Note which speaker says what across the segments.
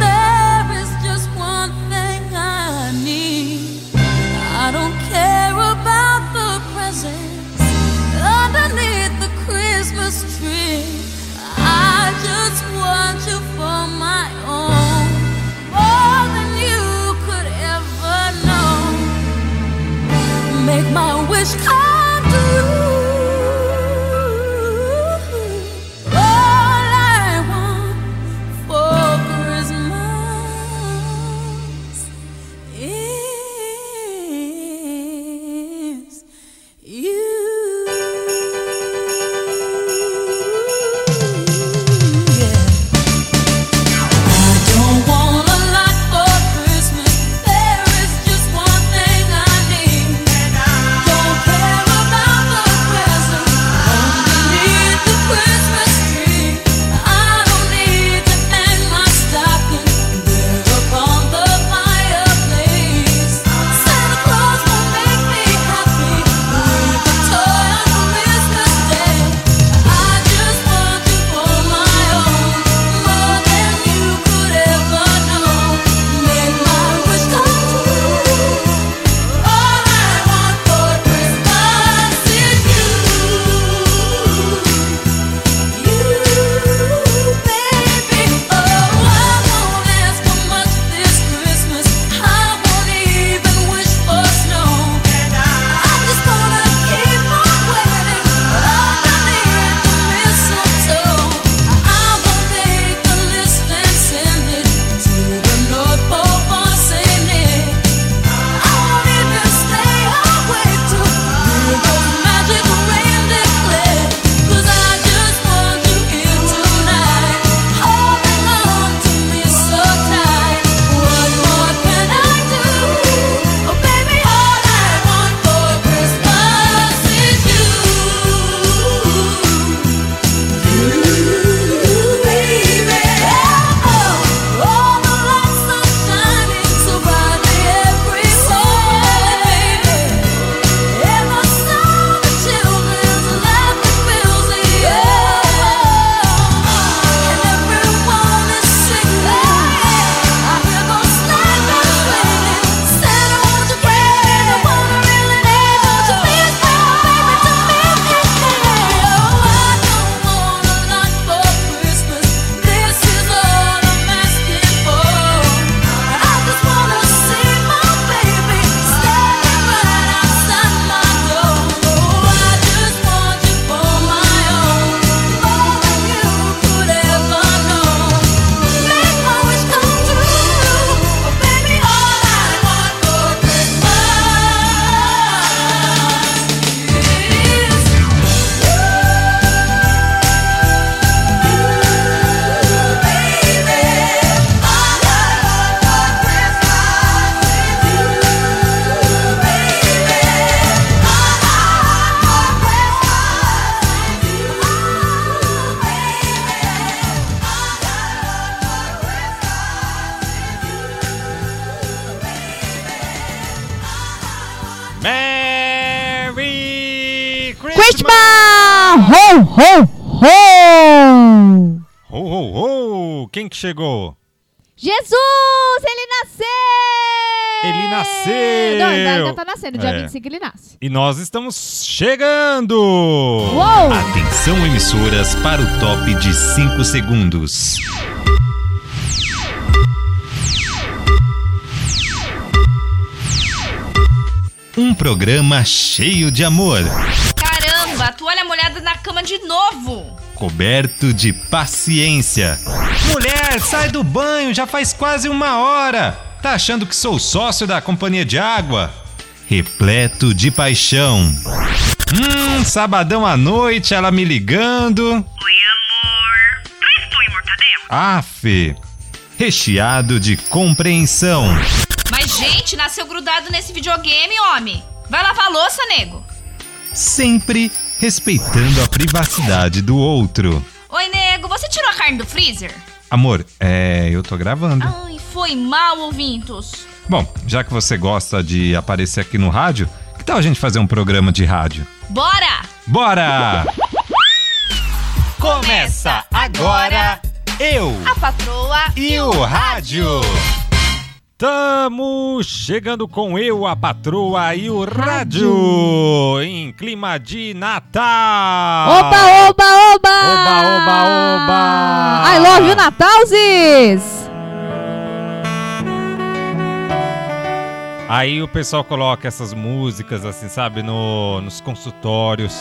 Speaker 1: There is just one thing I need. I don't care about the presents underneath the Christmas tree. I just want you for my own, more than you could ever know make my wish come true. All I want for Christmas is you. Yeah. I don't want a lot for Christmas. There is just one thing I need. Don't care about the presents underneath the Christmas tree. I don't need to hang my stocking there upon the fireplace. Santa Claus will make me happy with a toy on Christmas Day. I just want you for my own, more than you could ever know. Make my wish come true. All I want for Christmas is you, you, baby. Oh, I won't ask for much this Christmas. I won't even wish for snow. I'm just gonna keep on waiting underneath the mistletoe. I will make a list and send it to the North Pole for Saint Nick. I won't even stay awake to hear those magic rain declare. 'Cause I just want you here tonight, holding on to me so tight. What more can I do? Oh, baby, all I want for Christmas is you, you, baby. Oh, all the lights are shining so brightly every Saturday. And I saw the children's laughter fills the air, and everyone is singing. I hear those sleigh bells ringing. Santa, won't you bring me the one I really need? Won't you please bring a baby to me? Oh, I don't want a lot for Christmas. This is all I'm asking for. I just wanna see my baby standing right outside my door. I just want you for my own, more than you could ever know. Make my wish come true, baby. All I want for Christmas is
Speaker 2: Merry Christmas!
Speaker 3: Christmas! Ho, ho, ho!
Speaker 2: Ho, ho, ho! Quem que chegou?
Speaker 3: Jesus, ele nasceu!
Speaker 2: Ele nasceu!
Speaker 3: Não, ele ainda tá nascendo, dia
Speaker 2: É.
Speaker 3: 25 ele nasce.
Speaker 2: E nós estamos chegando!
Speaker 3: Uou!
Speaker 4: Atenção emissoras para o top de 5 segundos. Um programa cheio de amor,
Speaker 5: Caramba, a toalha molhada na cama de novo.
Speaker 4: coberto de paciência. Mulher, sai do banho, já faz quase uma hora. Tá achando que sou sócio da companhia de água? Repleto de paixão. Hum, sabadão à noite, ela me ligando.
Speaker 6: Oi, amor. Faz pão e mortadela?
Speaker 4: AF, Ah, recheado de compreensão.
Speaker 5: Mas, gente, nasceu grudado nesse videogame, homem. Vai lavar a louça, nego.
Speaker 4: Sempre respeitando a privacidade do outro.
Speaker 5: Oi, nego, você tirou a carne do freezer?
Speaker 4: Amor, é. Eu tô gravando.
Speaker 5: Ai, foi mal, ouvintos.
Speaker 4: Bom, já que você gosta de aparecer aqui no rádio, que tal a gente fazer um programa de rádio?
Speaker 5: Bora!
Speaker 4: Bora!
Speaker 5: Começa agora
Speaker 4: eu
Speaker 5: a patroa
Speaker 4: e o rádio.
Speaker 2: Tamo chegando com eu, a patroa e o rádio, em clima de Natal.
Speaker 3: Oba, oba, oba!
Speaker 2: Ah. Oba, oba, oba!
Speaker 3: I love you, Natalzis!
Speaker 2: Aí o pessoal coloca essas músicas, assim, sabe, no, nos consultórios.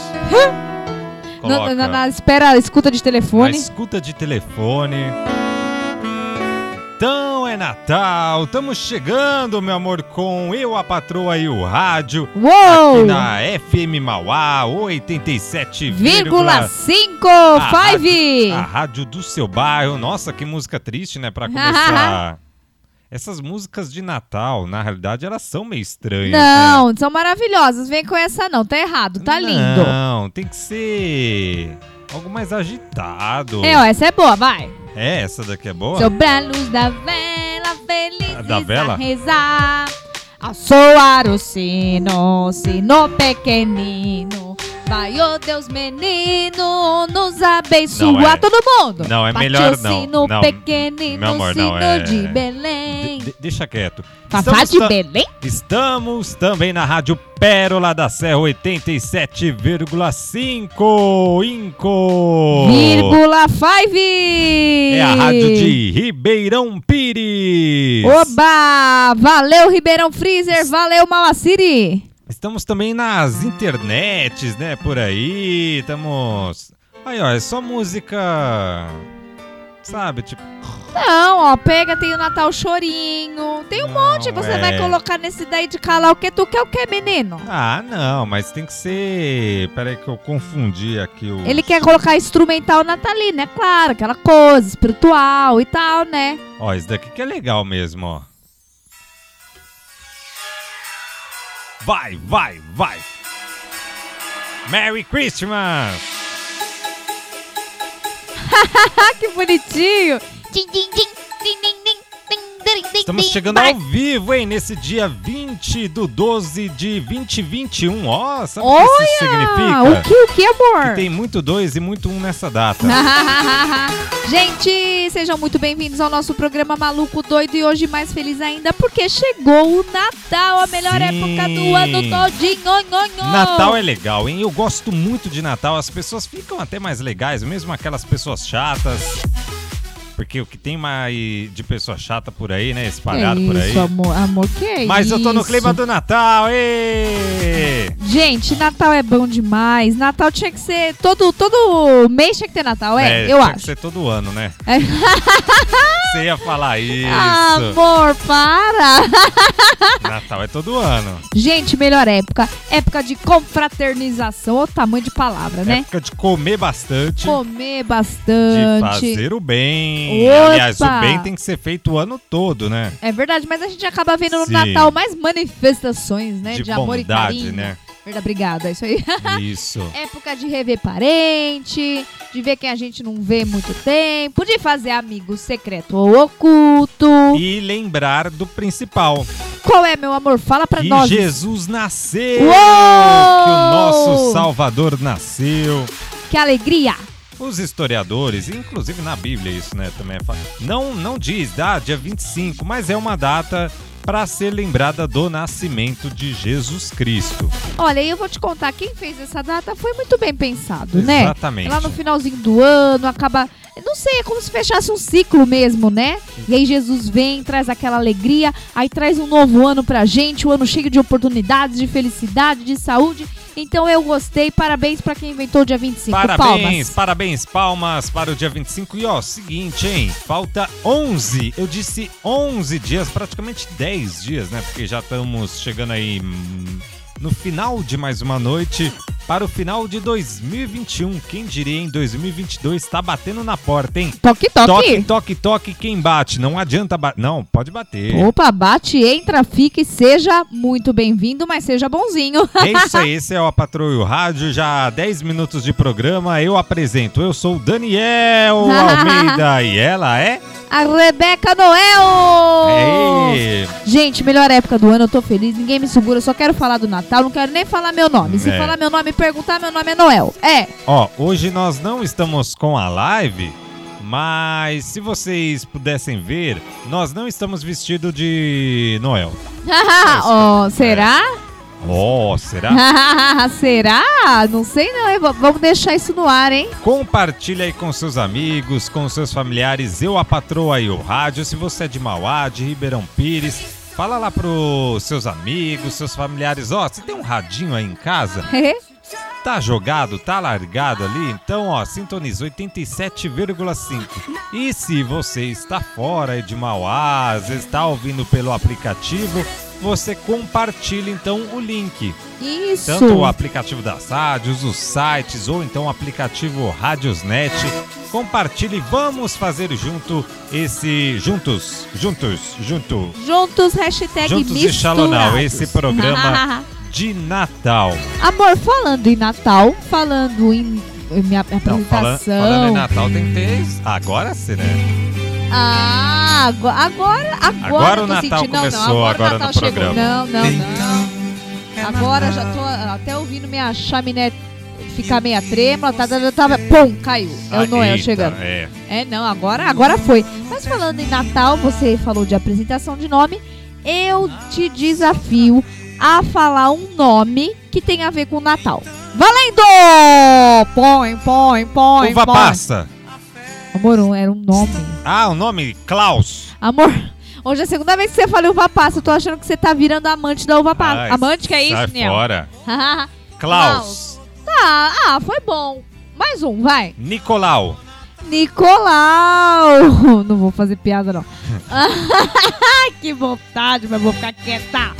Speaker 3: Na,
Speaker 2: Coloca
Speaker 3: na- na espera, escuta de
Speaker 2: na
Speaker 3: telefone.
Speaker 2: escuta de telefone. Então é Natal, estamos chegando, meu amor, com eu, a patroa e o rádio. Aqui
Speaker 3: Uou!
Speaker 2: na FM Mauá 87,5.
Speaker 3: Vírgula 5,
Speaker 2: A
Speaker 3: five!
Speaker 2: rádio- A rádio do seu bairro. Nossa, que música triste, né? Pra começar. Essas músicas de Natal, na realidade, elas são meio estranhas. né?
Speaker 3: Não, são maravilhosas. Vem com essa não, tá errado, tá lindo.
Speaker 2: Não, tem que ser algo mais agitado.
Speaker 3: É, ó, essa é boa, vai.
Speaker 2: É, essa daqui é boa?
Speaker 3: Sobrar a luz da vela, felizes
Speaker 2: Da vela?
Speaker 3: a rezar. Ao soar o sino, sino pequenino. Vai, ó Deus menino, nos abençoar
Speaker 2: Não, é-
Speaker 3: todo mundo.
Speaker 2: não, é
Speaker 3: Bate
Speaker 2: melhor
Speaker 3: o
Speaker 2: não,
Speaker 3: sino
Speaker 2: não.
Speaker 3: pequenino,
Speaker 2: Meu amor,
Speaker 3: sino
Speaker 2: não, é-
Speaker 3: de
Speaker 2: De-
Speaker 3: Belém.
Speaker 2: de- deixa quieto.
Speaker 3: Fafá
Speaker 2: Estamos
Speaker 3: de
Speaker 2: ta-
Speaker 3: Belém?
Speaker 2: Estamos também na Rádio Pérola da Serra 87,5 Inco.
Speaker 3: Vírgula five!
Speaker 2: É a rádio de Ribeirão Pires.
Speaker 3: Oba! Valeu, Ribeirão Freezer! Valeu, Malaciri!
Speaker 2: Estamos também nas internets, né? Por aí, estamos. Aí, ó, é só música. Sabe, tipo.
Speaker 3: Não, ó, pega, tem o Natal Chorinho, tem um monte, você
Speaker 2: é.
Speaker 3: vai colocar nesse daí de karaokê, tu quer o que, menino?
Speaker 2: Ah, não, mas tem que ser. Peraí, que eu confundi aqui o.
Speaker 3: Ele quer colocar instrumental natalino, é claro, aquela coisa espiritual e tal, né?
Speaker 2: Ó, esse daqui que é legal mesmo, ó. Vai, vai, vai. Merry Christmas!
Speaker 3: Ah, que bonitinho!
Speaker 2: Estamos chegando ao vivo, hein? Nesse dia 20 do 12 de 2021. Ó, sabe o que isso
Speaker 3: Ah,
Speaker 2: significa?
Speaker 3: o que, o que,
Speaker 2: Que
Speaker 3: amor?
Speaker 2: tem muito 2 e muito 1 um nessa data.
Speaker 3: Gente, sejam muito bem-vindos ao nosso programa Maluco Doido e hoje mais feliz ainda porque chegou o Natal, a melhor
Speaker 2: Sim.
Speaker 3: época do ano todinho. Oi, oi, oi.
Speaker 2: Natal é legal, hein? Eu gosto muito de Natal. As pessoas ficam até mais legais, mesmo aquelas pessoas chatas. Porque o que tem mais de pessoa chata por aí, né? Espalhado
Speaker 3: Que
Speaker 2: por aí.
Speaker 3: É isso, amor, amor, que é
Speaker 2: Mas eu tô no
Speaker 3: isso?
Speaker 2: clima do Natal, ê!
Speaker 3: Gente, Natal é bom demais. Natal tinha que ser todo todo mês tinha que ter Natal, é, eu
Speaker 2: tinha que
Speaker 3: acho.
Speaker 2: ser todo ano, né?
Speaker 3: É.
Speaker 2: Você ia falar isso.
Speaker 3: Ah, Amor, para!
Speaker 2: Natal é todo ano.
Speaker 3: Gente, melhor época. Época de confraternização. Olha o tamanho de palavra, né?
Speaker 2: Época de comer bastante.
Speaker 3: Comer
Speaker 2: De
Speaker 3: bastante.
Speaker 2: fazer o bem.
Speaker 3: Opa!
Speaker 2: Aliás, o bem tem que ser feito o ano todo, né?
Speaker 3: É verdade, mas a gente acaba vendo no
Speaker 2: Sim.
Speaker 3: Natal mais manifestações, né?
Speaker 2: De
Speaker 3: De, amor e
Speaker 2: bondade,
Speaker 3: carinho. É
Speaker 2: né?
Speaker 3: Verdade, obrigada, é isso aí.
Speaker 2: Isso.
Speaker 3: Época de rever parente, de ver quem a gente não vê há muito tempo, de fazer amigo secreto ou oculto.
Speaker 2: E lembrar do principal,
Speaker 3: Qual é, meu amor? Fala pra
Speaker 2: que
Speaker 3: nós.
Speaker 2: Jesus nasceu,
Speaker 3: Uou!
Speaker 2: que o nosso Salvador nasceu.
Speaker 3: Que alegria!
Speaker 2: Os historiadores, inclusive na Bíblia isso, né, também é fa- não não diz, dá dia 25, mas é uma data para ser lembrada do nascimento de Jesus Cristo.
Speaker 3: Olha, e eu vou te contar, quem fez essa data foi muito bem pensado, né?
Speaker 2: Exatamente.
Speaker 3: Lá no finalzinho do ano, acaba. Não sei, é como se fechasse um ciclo mesmo, né? E aí Jesus vem, traz aquela alegria, aí traz um novo ano pra gente, um ano cheio de oportunidades, de felicidade, de saúde. Então eu gostei, parabéns pra quem inventou o dia 25.
Speaker 2: Parabéns,
Speaker 3: Palmas.
Speaker 2: parabéns, palmas para o dia 25. E ó, seguinte, hein? Falta 11, eu disse 11 dias, praticamente 10 dias, né? Porque já estamos chegando aí hum, no final de mais uma noite para o final de 2021. Quem diria, em 2022 tá batendo na porta, hein?
Speaker 3: Toque,
Speaker 2: Toque,
Speaker 3: toque!
Speaker 2: toque, toque, quem bate? Não adianta bater. Não, pode bater.
Speaker 3: Opa, bate, entra, fica e seja muito bem-vindo, mas seja bonzinho.
Speaker 2: É isso aí, esse é o Patrulho Rádio, já 10 minutos de programa, eu apresento, eu sou o Daniel Almeida e ela é...
Speaker 3: A Rebeca Noel!
Speaker 2: Ei,
Speaker 3: Gente, melhor época do ano, eu tô feliz, ninguém me segura, eu só quero falar do Natal, não quero nem falar meu nome. Se
Speaker 2: É.
Speaker 3: falar meu nome, perguntar, meu nome é Noel. É,
Speaker 2: Ó, hoje nós não estamos com a live, mas se vocês pudessem ver, nós não estamos vestidos de Noel.
Speaker 3: Ó, será?
Speaker 2: Oh, será? Tá.
Speaker 3: será? Não sei não, hein? V- Vamos deixar isso no ar, hein?
Speaker 2: Compartilha aí com seus amigos, com seus familiares, eu a patroa e o rádio. Se você é de Mauá, de Ribeirão Pires, fala lá pros seus amigos, seus familiares. Ó, você tem um radinho aí em casa? Tá jogado, tá largado ali, então ó, sintoniza 87,5. E se você está fora aí de Mauá, às vezes está ouvindo pelo aplicativo, você compartilha então o link.
Speaker 3: isso.
Speaker 2: Tanto o aplicativo das rádios, os sites ou então o aplicativo Rádiosnet. Compartilhe, vamos fazer junto esse. Juntos, juntos, junto.
Speaker 3: Juntos, hashtag
Speaker 2: Juntos e
Speaker 3: misturados.
Speaker 2: Xalonau, esse programa de Natal.
Speaker 3: Amor, falando em Natal, falando em em minha
Speaker 2: Não, falan-
Speaker 3: apresentação.
Speaker 2: falando em Natal tem que ter. isso. Agora sim, né?
Speaker 3: Ah, ago- agora, agora,
Speaker 2: Agora
Speaker 3: eu
Speaker 2: o
Speaker 3: tô
Speaker 2: Natal
Speaker 3: sentindo- não,
Speaker 2: começou,
Speaker 3: não, agora,
Speaker 2: agora
Speaker 3: o Natal
Speaker 2: no
Speaker 3: chegou.
Speaker 2: programa.
Speaker 3: Não, não, não. Agora já tô até ouvindo minha chaminé ficar meia trêmula, tá, tá, tá, pum, caiu. É o
Speaker 2: Ah,
Speaker 3: Noel
Speaker 2: eita,
Speaker 3: chegando.
Speaker 2: É.
Speaker 3: É, não, agora, agora foi. Mas falando em Natal, você falou de apresentação de nome. Eu te desafio a falar um nome que tem a ver com Natal. Valendo! Põe, põe, põe,
Speaker 2: Uva
Speaker 3: põe.
Speaker 2: passa.
Speaker 3: Amor, um- era um nome.
Speaker 2: Ah, o nome Klaus.
Speaker 3: Amor, hoje é a segunda vez que você fala uva passa. Eu tô achando que você tá virando amante da uva passa.
Speaker 2: Ai,
Speaker 3: amante que é isso,
Speaker 2: Sai
Speaker 3: Daniel?
Speaker 2: fora.
Speaker 3: tá,
Speaker 2: Klaus.
Speaker 3: ah, foi bom. Mais um, vai.
Speaker 2: Nicolau.
Speaker 3: Nicolau! Não vou fazer piada, não. que vontade, mas vou ficar quieta.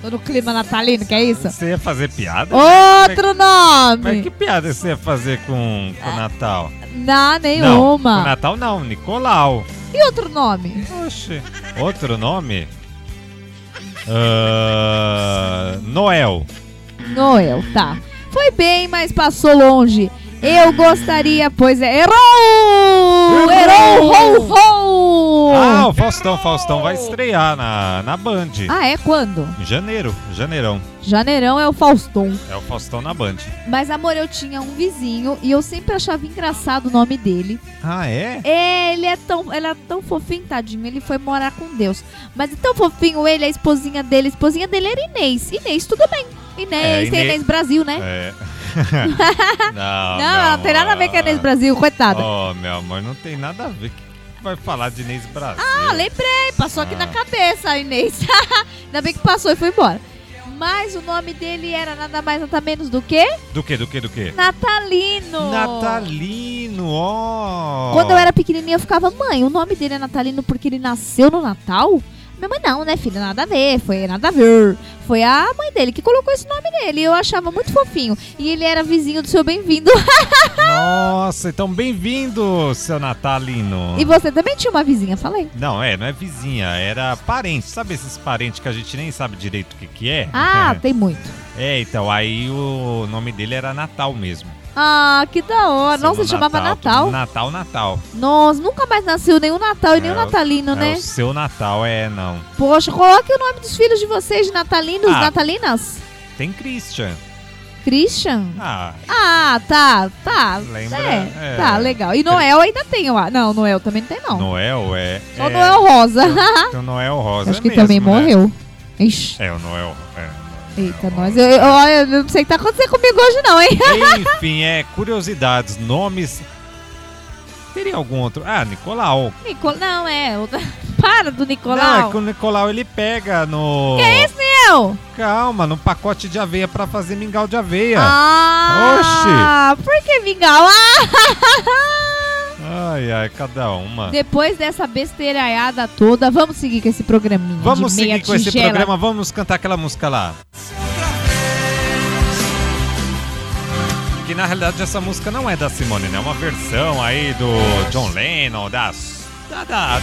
Speaker 3: Tô no clima natalino, que é isso?
Speaker 2: Você ia fazer piada?
Speaker 3: Outro nome!
Speaker 2: Mas é que piada você ia fazer com
Speaker 3: Ah,
Speaker 2: com o Natal?
Speaker 3: Não,
Speaker 2: Não, com
Speaker 3: nenhuma.
Speaker 2: Natal não, Nicolau.
Speaker 3: E outro nome?
Speaker 2: Oxe. Outro nome? Ah, Noel.
Speaker 3: Noel, tá. Foi bem, mas passou longe. Eu gostaria, pois é. Errou! Errou! Errou! Rou,
Speaker 2: Ah,
Speaker 3: rou!
Speaker 2: o Faustão, Faustão vai estrear na, na Band.
Speaker 3: Ah, é quando?
Speaker 2: Em janeiro, janeirão.
Speaker 3: Janeirão é o Fauston.
Speaker 2: É o Faustão na Band.
Speaker 3: Mas, amor, eu tinha um vizinho e eu sempre achava engraçado o nome dele.
Speaker 2: Ah, é?
Speaker 3: É, ele é tão, ele é tão fofinho, tadinho. Ele foi morar com Deus. Mas é tão fofinho ele, a esposinha dele. A esposinha dele era Inês. Inês, tudo bem. Inês,
Speaker 2: É,
Speaker 3: tem
Speaker 2: Inê-
Speaker 3: Inês Brasil, né?
Speaker 2: É. não, ah.
Speaker 3: não, ela não tem nada a ver com a Inês Brasil, coitada.
Speaker 2: Oh, meu amor, não tem nada a ver. O que vai falar de Inês Brasil?
Speaker 3: Ah, lembrei. Passou aqui na
Speaker 2: Ah.
Speaker 3: cabeça a Inês. Ainda bem que passou e foi embora. Mas o nome dele era nada mais, nada menos do que
Speaker 2: Do que, do que, do que?
Speaker 3: Natalino.
Speaker 2: Natalino, ó.
Speaker 3: Quando eu era pequenininha, eu ficava, mãe, o nome dele é Natalino porque ele nasceu no Natal? Minha mãe, não, né, filha? Nada a ver, foi nada a ver. Foi a mãe dele que colocou esse nome nele. e Eu achava muito fofinho. E ele era vizinho do seu bem-vindo.
Speaker 2: Ah. Nossa, então bem-vindo, seu Natalino.
Speaker 3: E você também tinha uma vizinha, falei.
Speaker 2: Não, é, não é vizinha, era parente. Sabe esses parentes que a gente nem sabe direito o que que é?
Speaker 3: Ah, tem muito.
Speaker 2: É, então, aí o nome dele era Natal mesmo.
Speaker 3: Ah, que da hora.
Speaker 2: Seu
Speaker 3: Nossa, chamava
Speaker 2: tudo
Speaker 3: Natal.
Speaker 2: Natal, Natal.
Speaker 3: Nossa, nunca mais nasceu nenhum Natal e nenhum
Speaker 2: É,
Speaker 3: Natalino,
Speaker 2: é,
Speaker 3: né?
Speaker 2: o seu Natal, é, não.
Speaker 3: Poxa, coloque o nome dos filhos de vocês, de Natalinos,
Speaker 2: Ah.
Speaker 3: Natalinas.
Speaker 2: Tem Christian.
Speaker 3: Christian?
Speaker 2: Ah,
Speaker 3: Ah, tá, tá.
Speaker 2: Lembra?
Speaker 3: É,
Speaker 2: É.
Speaker 3: tá, legal. E Noel ainda tem, eu acho. Não, Noel também não tem, não.
Speaker 2: Noel é. é,
Speaker 3: Só Noel Rosa.
Speaker 2: tem o Noel Rosa.
Speaker 3: acho que
Speaker 2: mesmo,
Speaker 3: também
Speaker 2: né?
Speaker 3: morreu. Ixi,
Speaker 2: É, o Noel. é.
Speaker 3: eita, nós. Eu, eu- olha, eu não sei o que tá acontecendo comigo hoje, não, hein?
Speaker 2: Enfim, é curiosidades, nomes. Teria algum outro? Ah, Nicolau.
Speaker 3: Nicol... Não, é. outra- Para do
Speaker 2: Não, é
Speaker 3: Nicolau.
Speaker 2: que o Nicolau ele pega no.
Speaker 3: Que é isso, Neo?
Speaker 2: Calma, no pacote de aveia pra fazer mingau de aveia.
Speaker 3: Ah, por que mingau? Ah!
Speaker 2: Ai, ai, cada uma.
Speaker 3: Depois dessa besteiraiada toda, vamos seguir com esse programinha.
Speaker 2: Vamos
Speaker 3: de meia
Speaker 2: seguir com esse
Speaker 3: tigela.
Speaker 2: programa, vamos cantar aquela música lá. Que na realidade essa música não é da Simone, né? É uma versão aí do John Lennon, das. Da, da-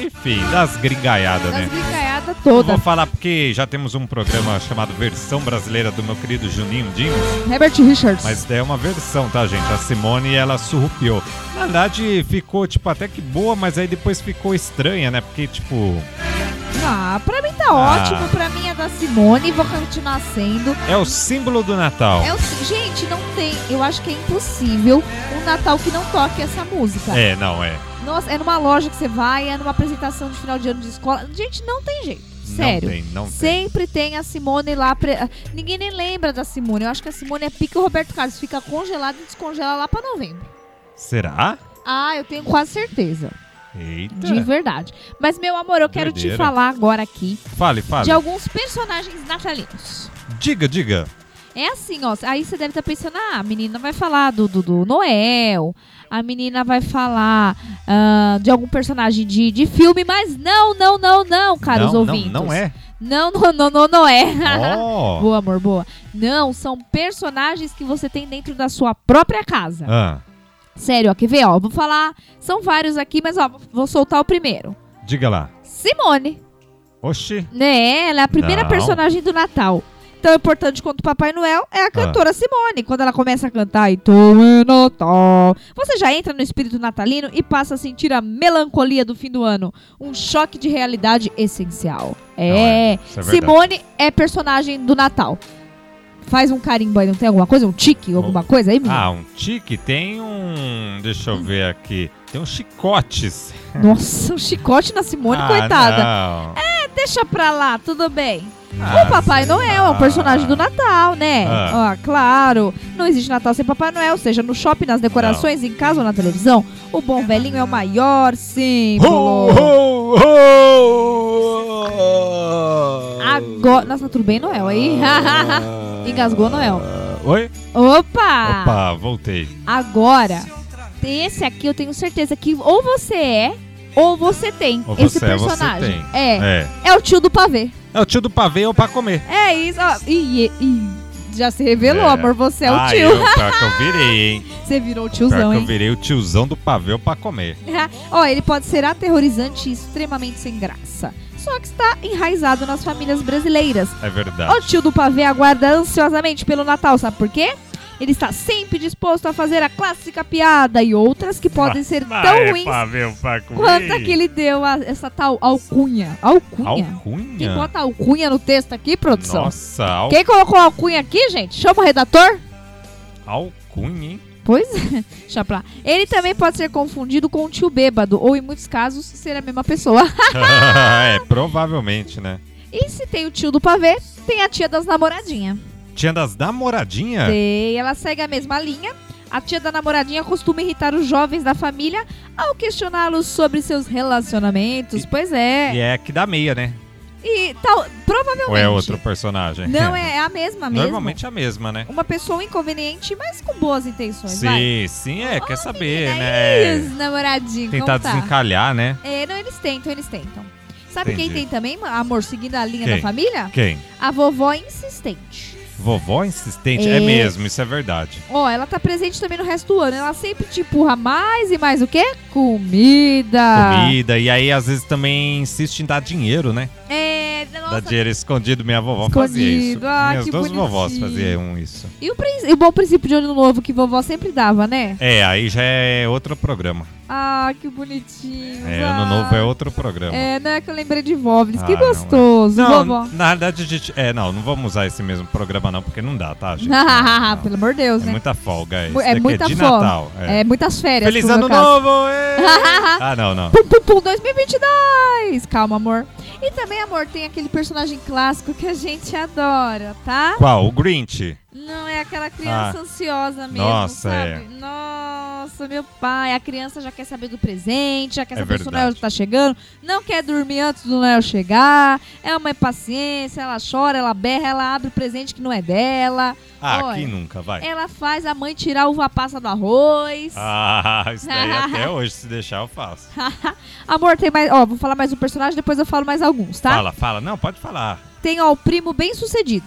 Speaker 2: enfim, das gringaiadas,
Speaker 3: Das
Speaker 2: né?
Speaker 3: bicaiadas
Speaker 2: Eu
Speaker 3: toda.
Speaker 2: Vou falar porque já temos um programa chamado Versão Brasileira do meu querido Juninho Dinho,
Speaker 3: Herbert Richards.
Speaker 2: mas daí é uma versão, tá, gente? A Simone, ela surrupiou. Na verdade, ficou, tipo, até que boa, mas aí depois ficou estranha, né? Porque, tipo,
Speaker 3: Ah, pra mim tá
Speaker 2: Ah.
Speaker 3: ótimo, pra mim é da Simone e vou continuar sendo.
Speaker 2: É o símbolo do Natal.
Speaker 3: É o si- gente, não tem. Eu acho que é impossível um Natal que não toque essa música.
Speaker 2: É, não, é.
Speaker 3: Nossa, é numa loja que você vai, é numa apresentação de final de ano de escola. Gente, não tem jeito. Sério.
Speaker 2: Não tem, não tem.
Speaker 3: Sempre tem a Simone lá. pre- Ninguém nem lembra da Simone. Eu acho que a Simone é pica o Roberto Carlos. Fica congelado e descongela lá pra novembro.
Speaker 2: Será?
Speaker 3: Ah, eu tenho quase certeza.
Speaker 2: Eita.
Speaker 3: De verdade. Mas, meu amor, eu quero te
Speaker 2: É. Doideira.
Speaker 3: falar agora aqui
Speaker 2: Fale, fale.
Speaker 3: de alguns personagens natalinos.
Speaker 2: Diga, diga.
Speaker 3: É assim, ó. Aí você deve estar pensando, ah, a menina vai falar do, do, do Noel, a menina vai falar ah, de algum personagem de, de filme, mas não, não, não, não, caros
Speaker 2: não,
Speaker 3: ouvintes.
Speaker 2: não, não é. Oh.
Speaker 3: Não, não, não, não, não é.
Speaker 2: Ó.
Speaker 3: boa, amor, boa. Não, são personagens que você tem dentro da sua própria casa.
Speaker 2: Ah,
Speaker 3: Sério, ó, quer ver, ó? Vou falar, são vários aqui, mas ó, vou soltar o primeiro.
Speaker 2: diga lá.
Speaker 3: Simone,
Speaker 2: Oxi.
Speaker 3: né? Ela é a primeira
Speaker 2: Não.
Speaker 3: personagem do Natal. Tão importante quanto o Papai Noel
Speaker 2: Ah.
Speaker 3: é a cantora Simone. Quando ela começa a cantar Então é Natal, você já entra no espírito natalino e passa a sentir a melancolia do fim do ano. Um choque de realidade essencial. É.
Speaker 2: isso é verdade.
Speaker 3: Simone é personagem do Natal. Faz um carimbo aí, não tem alguma coisa? Um tique, alguma coisa aí, menino?
Speaker 2: Ah, um tique tem um. Deixa eu ver aqui. Tem uns chicotes.
Speaker 3: Nossa, um chicote na Simone,
Speaker 2: ah,
Speaker 3: coitada.
Speaker 2: Não.
Speaker 3: Deixa pra lá, tudo bem.
Speaker 2: Ah,
Speaker 3: o Papai
Speaker 2: sei
Speaker 3: Noel é um
Speaker 2: lá.
Speaker 3: personagem do Natal, né?
Speaker 2: Ah.
Speaker 3: Ah, claro. Não existe Natal sem Papai Noel, seja no shopping, nas decorações, em casa ou na televisão. O bom velhinho é o maior símbolo.
Speaker 2: Ho, ho, ho!
Speaker 3: Agora. Nossa, tudo bem, Noel? Aí. Engasgou, Noel. Ah.
Speaker 2: Oi?
Speaker 3: Opa!
Speaker 2: Opa, voltei.
Speaker 3: Agora, esse aqui eu tenho certeza que ou você é. Ou você tem
Speaker 2: Ou
Speaker 3: esse
Speaker 2: você é, você
Speaker 3: personagem.
Speaker 2: tem.
Speaker 3: É,
Speaker 2: É.
Speaker 3: é. o tio do pavê.
Speaker 2: É o tio do pavê ou pra comer.
Speaker 3: É isso. ó. Ih, ih, já se revelou,
Speaker 2: É.
Speaker 3: amor. Você é o
Speaker 2: ah,
Speaker 3: tio.
Speaker 2: Eu, pior que eu virei, hein?
Speaker 3: Você virou o
Speaker 2: pior
Speaker 3: tiozão,
Speaker 2: que
Speaker 3: hein?
Speaker 2: eu virei o tiozão do pavê ou pra comer.
Speaker 3: Ó, ele pode ser aterrorizante e extremamente sem graça. Só que está enraizado nas famílias brasileiras.
Speaker 2: É verdade.
Speaker 3: O tio do pavê aguarda ansiosamente pelo Natal, sabe por quê? Ele está sempre disposto a fazer a clássica piada e outras que podem ser tão ruins
Speaker 2: pavê ou pra comer.
Speaker 3: quanto a que ele deu a essa tal alcunha. Alcunha? Quem
Speaker 2: Alcunha?
Speaker 3: bota alcunha no texto aqui, produção?
Speaker 2: Nossa, al...
Speaker 3: Quem colocou alcunha aqui, gente? Chama o redator.
Speaker 2: alcunha, hein?
Speaker 3: Pois é, deixa pra lá. Ele também pode ser confundido com o tio bêbado, ou em muitos casos, ser a mesma pessoa.
Speaker 2: é, provavelmente, né?
Speaker 3: E se tem o tio do pavê, tem a tia das namoradinhas.
Speaker 2: Tinha das namoradinhas?
Speaker 3: Tem, ela segue a mesma linha. A tia da namoradinha costuma irritar os jovens da família ao questioná-los sobre seus relacionamentos. Pois
Speaker 2: E
Speaker 3: é.
Speaker 2: é que dá meia, né?
Speaker 3: E tal, provavelmente.
Speaker 2: Ou é outro personagem?
Speaker 3: Não, é a mesma mesmo.
Speaker 2: Normalmente é a mesma, né?
Speaker 3: Uma pessoa inconveniente, mas com boas intenções, vai.
Speaker 2: Sim, sim, é, quer saber,
Speaker 3: menina,
Speaker 2: né?
Speaker 3: Isso, namoradinho,
Speaker 2: Tentar
Speaker 3: como tá?
Speaker 2: desencalhar, né?
Speaker 3: É, não, eles tentam, eles tentam. Sabe quem
Speaker 2: Entendi.
Speaker 3: tem também, amor, seguindo a linha
Speaker 2: Quem?
Speaker 3: da família?
Speaker 2: Quem?
Speaker 3: A vovó insistente.
Speaker 2: Vovó insistente? É,
Speaker 3: É.
Speaker 2: mesmo, isso é verdade.
Speaker 3: Ó, ela tá presente também no resto do ano. Ela sempre te empurra mais e mais o quê? Comida.
Speaker 2: Comida, e aí às vezes também insiste em dar dinheiro, né?
Speaker 3: É, nossa.
Speaker 2: Dar dinheiro escondido, minha vovó fazia
Speaker 3: Escondido,
Speaker 2: isso.
Speaker 3: ah,
Speaker 2: Minhas
Speaker 3: que
Speaker 2: duas
Speaker 3: bonitinho.
Speaker 2: vovós faziam isso.
Speaker 3: E o, prin- e o bom princípio de ano novo que vovó sempre dava, né?
Speaker 2: É, aí já é outro programa.
Speaker 3: Ah, que bonitinho. ah.
Speaker 2: É, ano novo é outro programa.
Speaker 3: É, não é que eu lembrei de Vóveis. que
Speaker 2: Ah, não é.
Speaker 3: gostoso,
Speaker 2: Não,
Speaker 3: vovó.
Speaker 2: na verdade, a gente. É, não, não vamos usar esse mesmo programa, não, porque não dá, tá, gente? Não,
Speaker 3: Ah,
Speaker 2: não.
Speaker 3: Pelo amor de Deus,
Speaker 2: É
Speaker 3: né?
Speaker 2: muita folga. Esse
Speaker 3: Mu- é
Speaker 2: daqui
Speaker 3: muita
Speaker 2: de
Speaker 3: folga.
Speaker 2: Natal. é.
Speaker 3: É, muitas férias.
Speaker 2: Feliz
Speaker 3: pro meu
Speaker 2: ano
Speaker 3: caso.
Speaker 2: novo! ê! ah, não, não.
Speaker 3: Pum, pum, pum, 2022. Calma, amor. E também, amor, tem aquele personagem clássico que a gente adora, tá?
Speaker 2: Qual? O Grinch?
Speaker 3: Não, é aquela criança ansiosa mesmo,
Speaker 2: Ah. Nossa, é.
Speaker 3: sabe? Nossa, meu pai, a criança já quer saber do presente, já quer
Speaker 2: É
Speaker 3: saber se o
Speaker 2: verdade.
Speaker 3: Noel tá chegando, não quer dormir antes do Noel chegar, é uma impaciência, ela chora, ela berra, ela abre o presente que não é dela,
Speaker 2: Ah,
Speaker 3: Olha.
Speaker 2: aqui nunca, vai.
Speaker 3: ela faz a mãe tirar a uva passa do arroz.
Speaker 2: Ah, isso daí até hoje, se deixar, eu faço.
Speaker 3: Amor, tem mais, ó, vou falar mais um personagem, depois eu falo mais alguns, tá?
Speaker 2: Fala, fala. Não, pode falar.
Speaker 3: Tem, ó, o primo bem sucedido.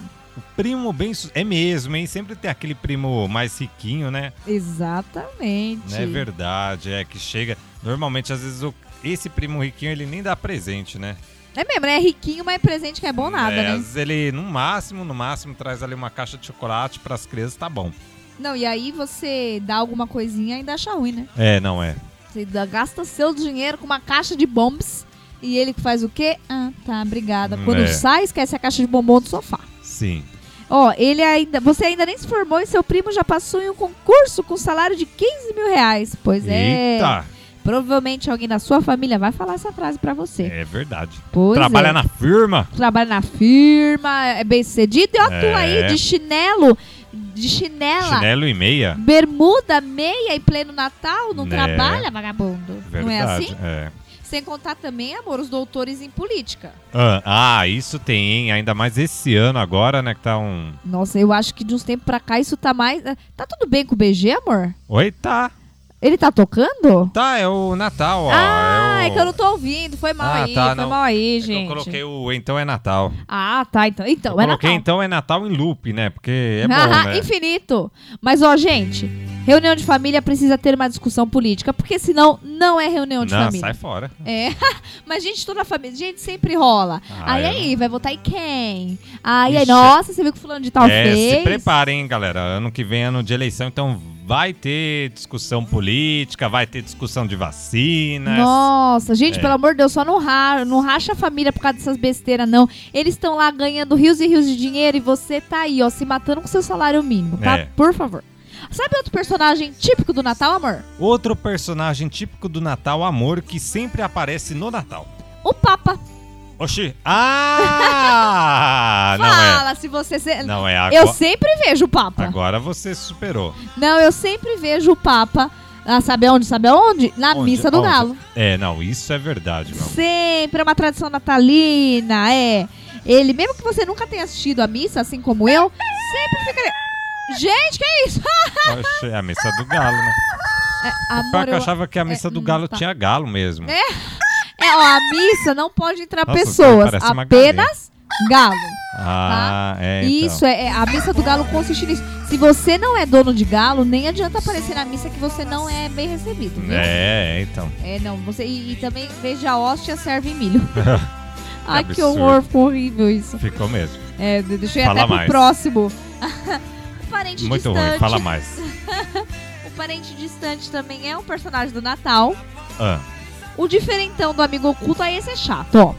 Speaker 2: Primo bem. su- É mesmo, hein? Sempre tem aquele primo mais riquinho, né?
Speaker 3: Exatamente.
Speaker 2: É verdade, é que chega. Normalmente, às vezes, o- esse primo riquinho ele nem dá presente, né?
Speaker 3: É mesmo, né? É riquinho, mas presente que é bom nada,
Speaker 2: é,
Speaker 3: né?
Speaker 2: Às vezes ele, no máximo, no máximo, traz ali uma caixa de chocolate pras crianças, tá bom.
Speaker 3: Não, e aí você dá alguma coisinha e ainda acha ruim, né?
Speaker 2: É, não é.
Speaker 3: Você dá- gasta seu dinheiro com uma caixa de bombs E ele que faz o quê? Ah, tá, obrigada. Quando
Speaker 2: É.
Speaker 3: sai, esquece a caixa de bombom do sofá.
Speaker 2: Sim.
Speaker 3: Ó, ele ainda. Você ainda nem se formou e seu primo já passou em um concurso com salário de 15 mil reais. Pois é.
Speaker 2: Eita,
Speaker 3: Provavelmente alguém da sua família vai falar essa frase pra você.
Speaker 2: é verdade.
Speaker 3: Pois
Speaker 2: Trabalha
Speaker 3: é.
Speaker 2: na firma?
Speaker 3: Trabalha na firma, é bem cedido. E ó, tu
Speaker 2: É.
Speaker 3: aí, de chinelo, de chinela,
Speaker 2: Chinelo e meia?
Speaker 3: bermuda, meia e pleno Natal, não
Speaker 2: Né.
Speaker 3: trabalha, vagabundo.
Speaker 2: Verdade.
Speaker 3: Não é assim?
Speaker 2: É.
Speaker 3: Sem contar também, amor, os doutores em política.
Speaker 2: Ah, ah, isso tem, hein? Ainda mais esse ano agora, né? Que tá um.
Speaker 3: Nossa, eu acho que de uns tempos pra cá isso tá mais. Tá tudo bem com o BG, amor?
Speaker 2: Oi, tá.
Speaker 3: Ele tá tocando?
Speaker 2: Tá, é o Natal, ó.
Speaker 3: ah,
Speaker 2: o-
Speaker 3: é que eu não tô ouvindo. Foi mal
Speaker 2: Ah,
Speaker 3: aí,
Speaker 2: tá,
Speaker 3: foi
Speaker 2: não.
Speaker 3: mal aí,
Speaker 2: É que
Speaker 3: gente.
Speaker 2: Eu coloquei o Então é Natal.
Speaker 3: Ah, tá. Então, então
Speaker 2: eu
Speaker 3: é
Speaker 2: coloquei
Speaker 3: Natal.
Speaker 2: Então é Natal em loop, né? Porque é
Speaker 3: Ah,
Speaker 2: bom, né?
Speaker 3: Infinito. Mas, ó, gente, reunião de família precisa ter uma discussão política, porque senão não é reunião de
Speaker 2: não,
Speaker 3: família.
Speaker 2: sai fora.
Speaker 3: É, mas gente, toda a família, gente, sempre rola.
Speaker 2: Ah,
Speaker 3: aí
Speaker 2: eu
Speaker 3: aí, vai votar em quem? Aí, aí,
Speaker 2: Ixi.
Speaker 3: nossa, você viu que fulano de tal
Speaker 2: é,
Speaker 3: fez?
Speaker 2: se preparem, hein, galera. Ano que vem é ano de eleição, então vai ter discussão política, vai ter discussão de vacinas.
Speaker 3: Nossa, gente,
Speaker 2: né? É.
Speaker 3: pelo amor de Deus, só não, ra não racha a família por causa dessas besteiras, não. Eles estão lá ganhando rios e rios de dinheiro e você tá aí, ó, se matando com seu salário mínimo, tá?
Speaker 2: É.
Speaker 3: Por favor. Sabe outro personagem típico do Natal, amor?
Speaker 2: Outro personagem típico do Natal, amor, que sempre aparece no Natal.
Speaker 3: O Papa.
Speaker 2: Oxi. Ah! não
Speaker 3: Fala se você. se-
Speaker 2: é. Não é agora.
Speaker 3: eu sempre vejo o Papa.
Speaker 2: Agora você superou.
Speaker 3: Não, eu sempre vejo o Papa. Ah, sabe aonde? Sabe aonde? Na
Speaker 2: Onde?
Speaker 3: missa do
Speaker 2: Aonde?
Speaker 3: Galo.
Speaker 2: É, não, isso é verdade, meu. amor.
Speaker 3: Sempre é uma tradição natalina, é. Ele, mesmo que você nunca tenha assistido a missa, assim como eu, sempre fica ali. Gente, que é isso?
Speaker 2: Oxi, é a missa do galo, né?
Speaker 3: É,
Speaker 2: Pior
Speaker 3: amor,
Speaker 2: que eu
Speaker 3: eu-
Speaker 2: achava que a missa do
Speaker 3: hum,
Speaker 2: galo
Speaker 3: tá.
Speaker 2: tinha galo mesmo.
Speaker 3: é, ó, a missa não pode entrar
Speaker 2: Nossa,
Speaker 3: pessoas,
Speaker 2: parece uma
Speaker 3: apenas galo.
Speaker 2: Ah, é. então.
Speaker 3: Isso, é, é, a missa do galo consiste nisso. Se você não é dono de galo, nem adianta aparecer na missa que você não é bem recebido, viu?
Speaker 2: É, é, então.
Speaker 3: É, não, você. E, e também veja a hóstia serve milho. Ai, que
Speaker 2: absurdo.
Speaker 3: horror, ficou horrível isso.
Speaker 2: Ficou mesmo.
Speaker 3: É, de- deixa eu ir
Speaker 2: Fala
Speaker 3: até pro
Speaker 2: mais.
Speaker 3: próximo. o parente
Speaker 2: Muito
Speaker 3: distante.
Speaker 2: ruim, fala mais.
Speaker 3: O parente distante também é um personagem do Natal.
Speaker 2: Ah,
Speaker 3: O diferentão do amigo oculto, aí esse é chato, ó.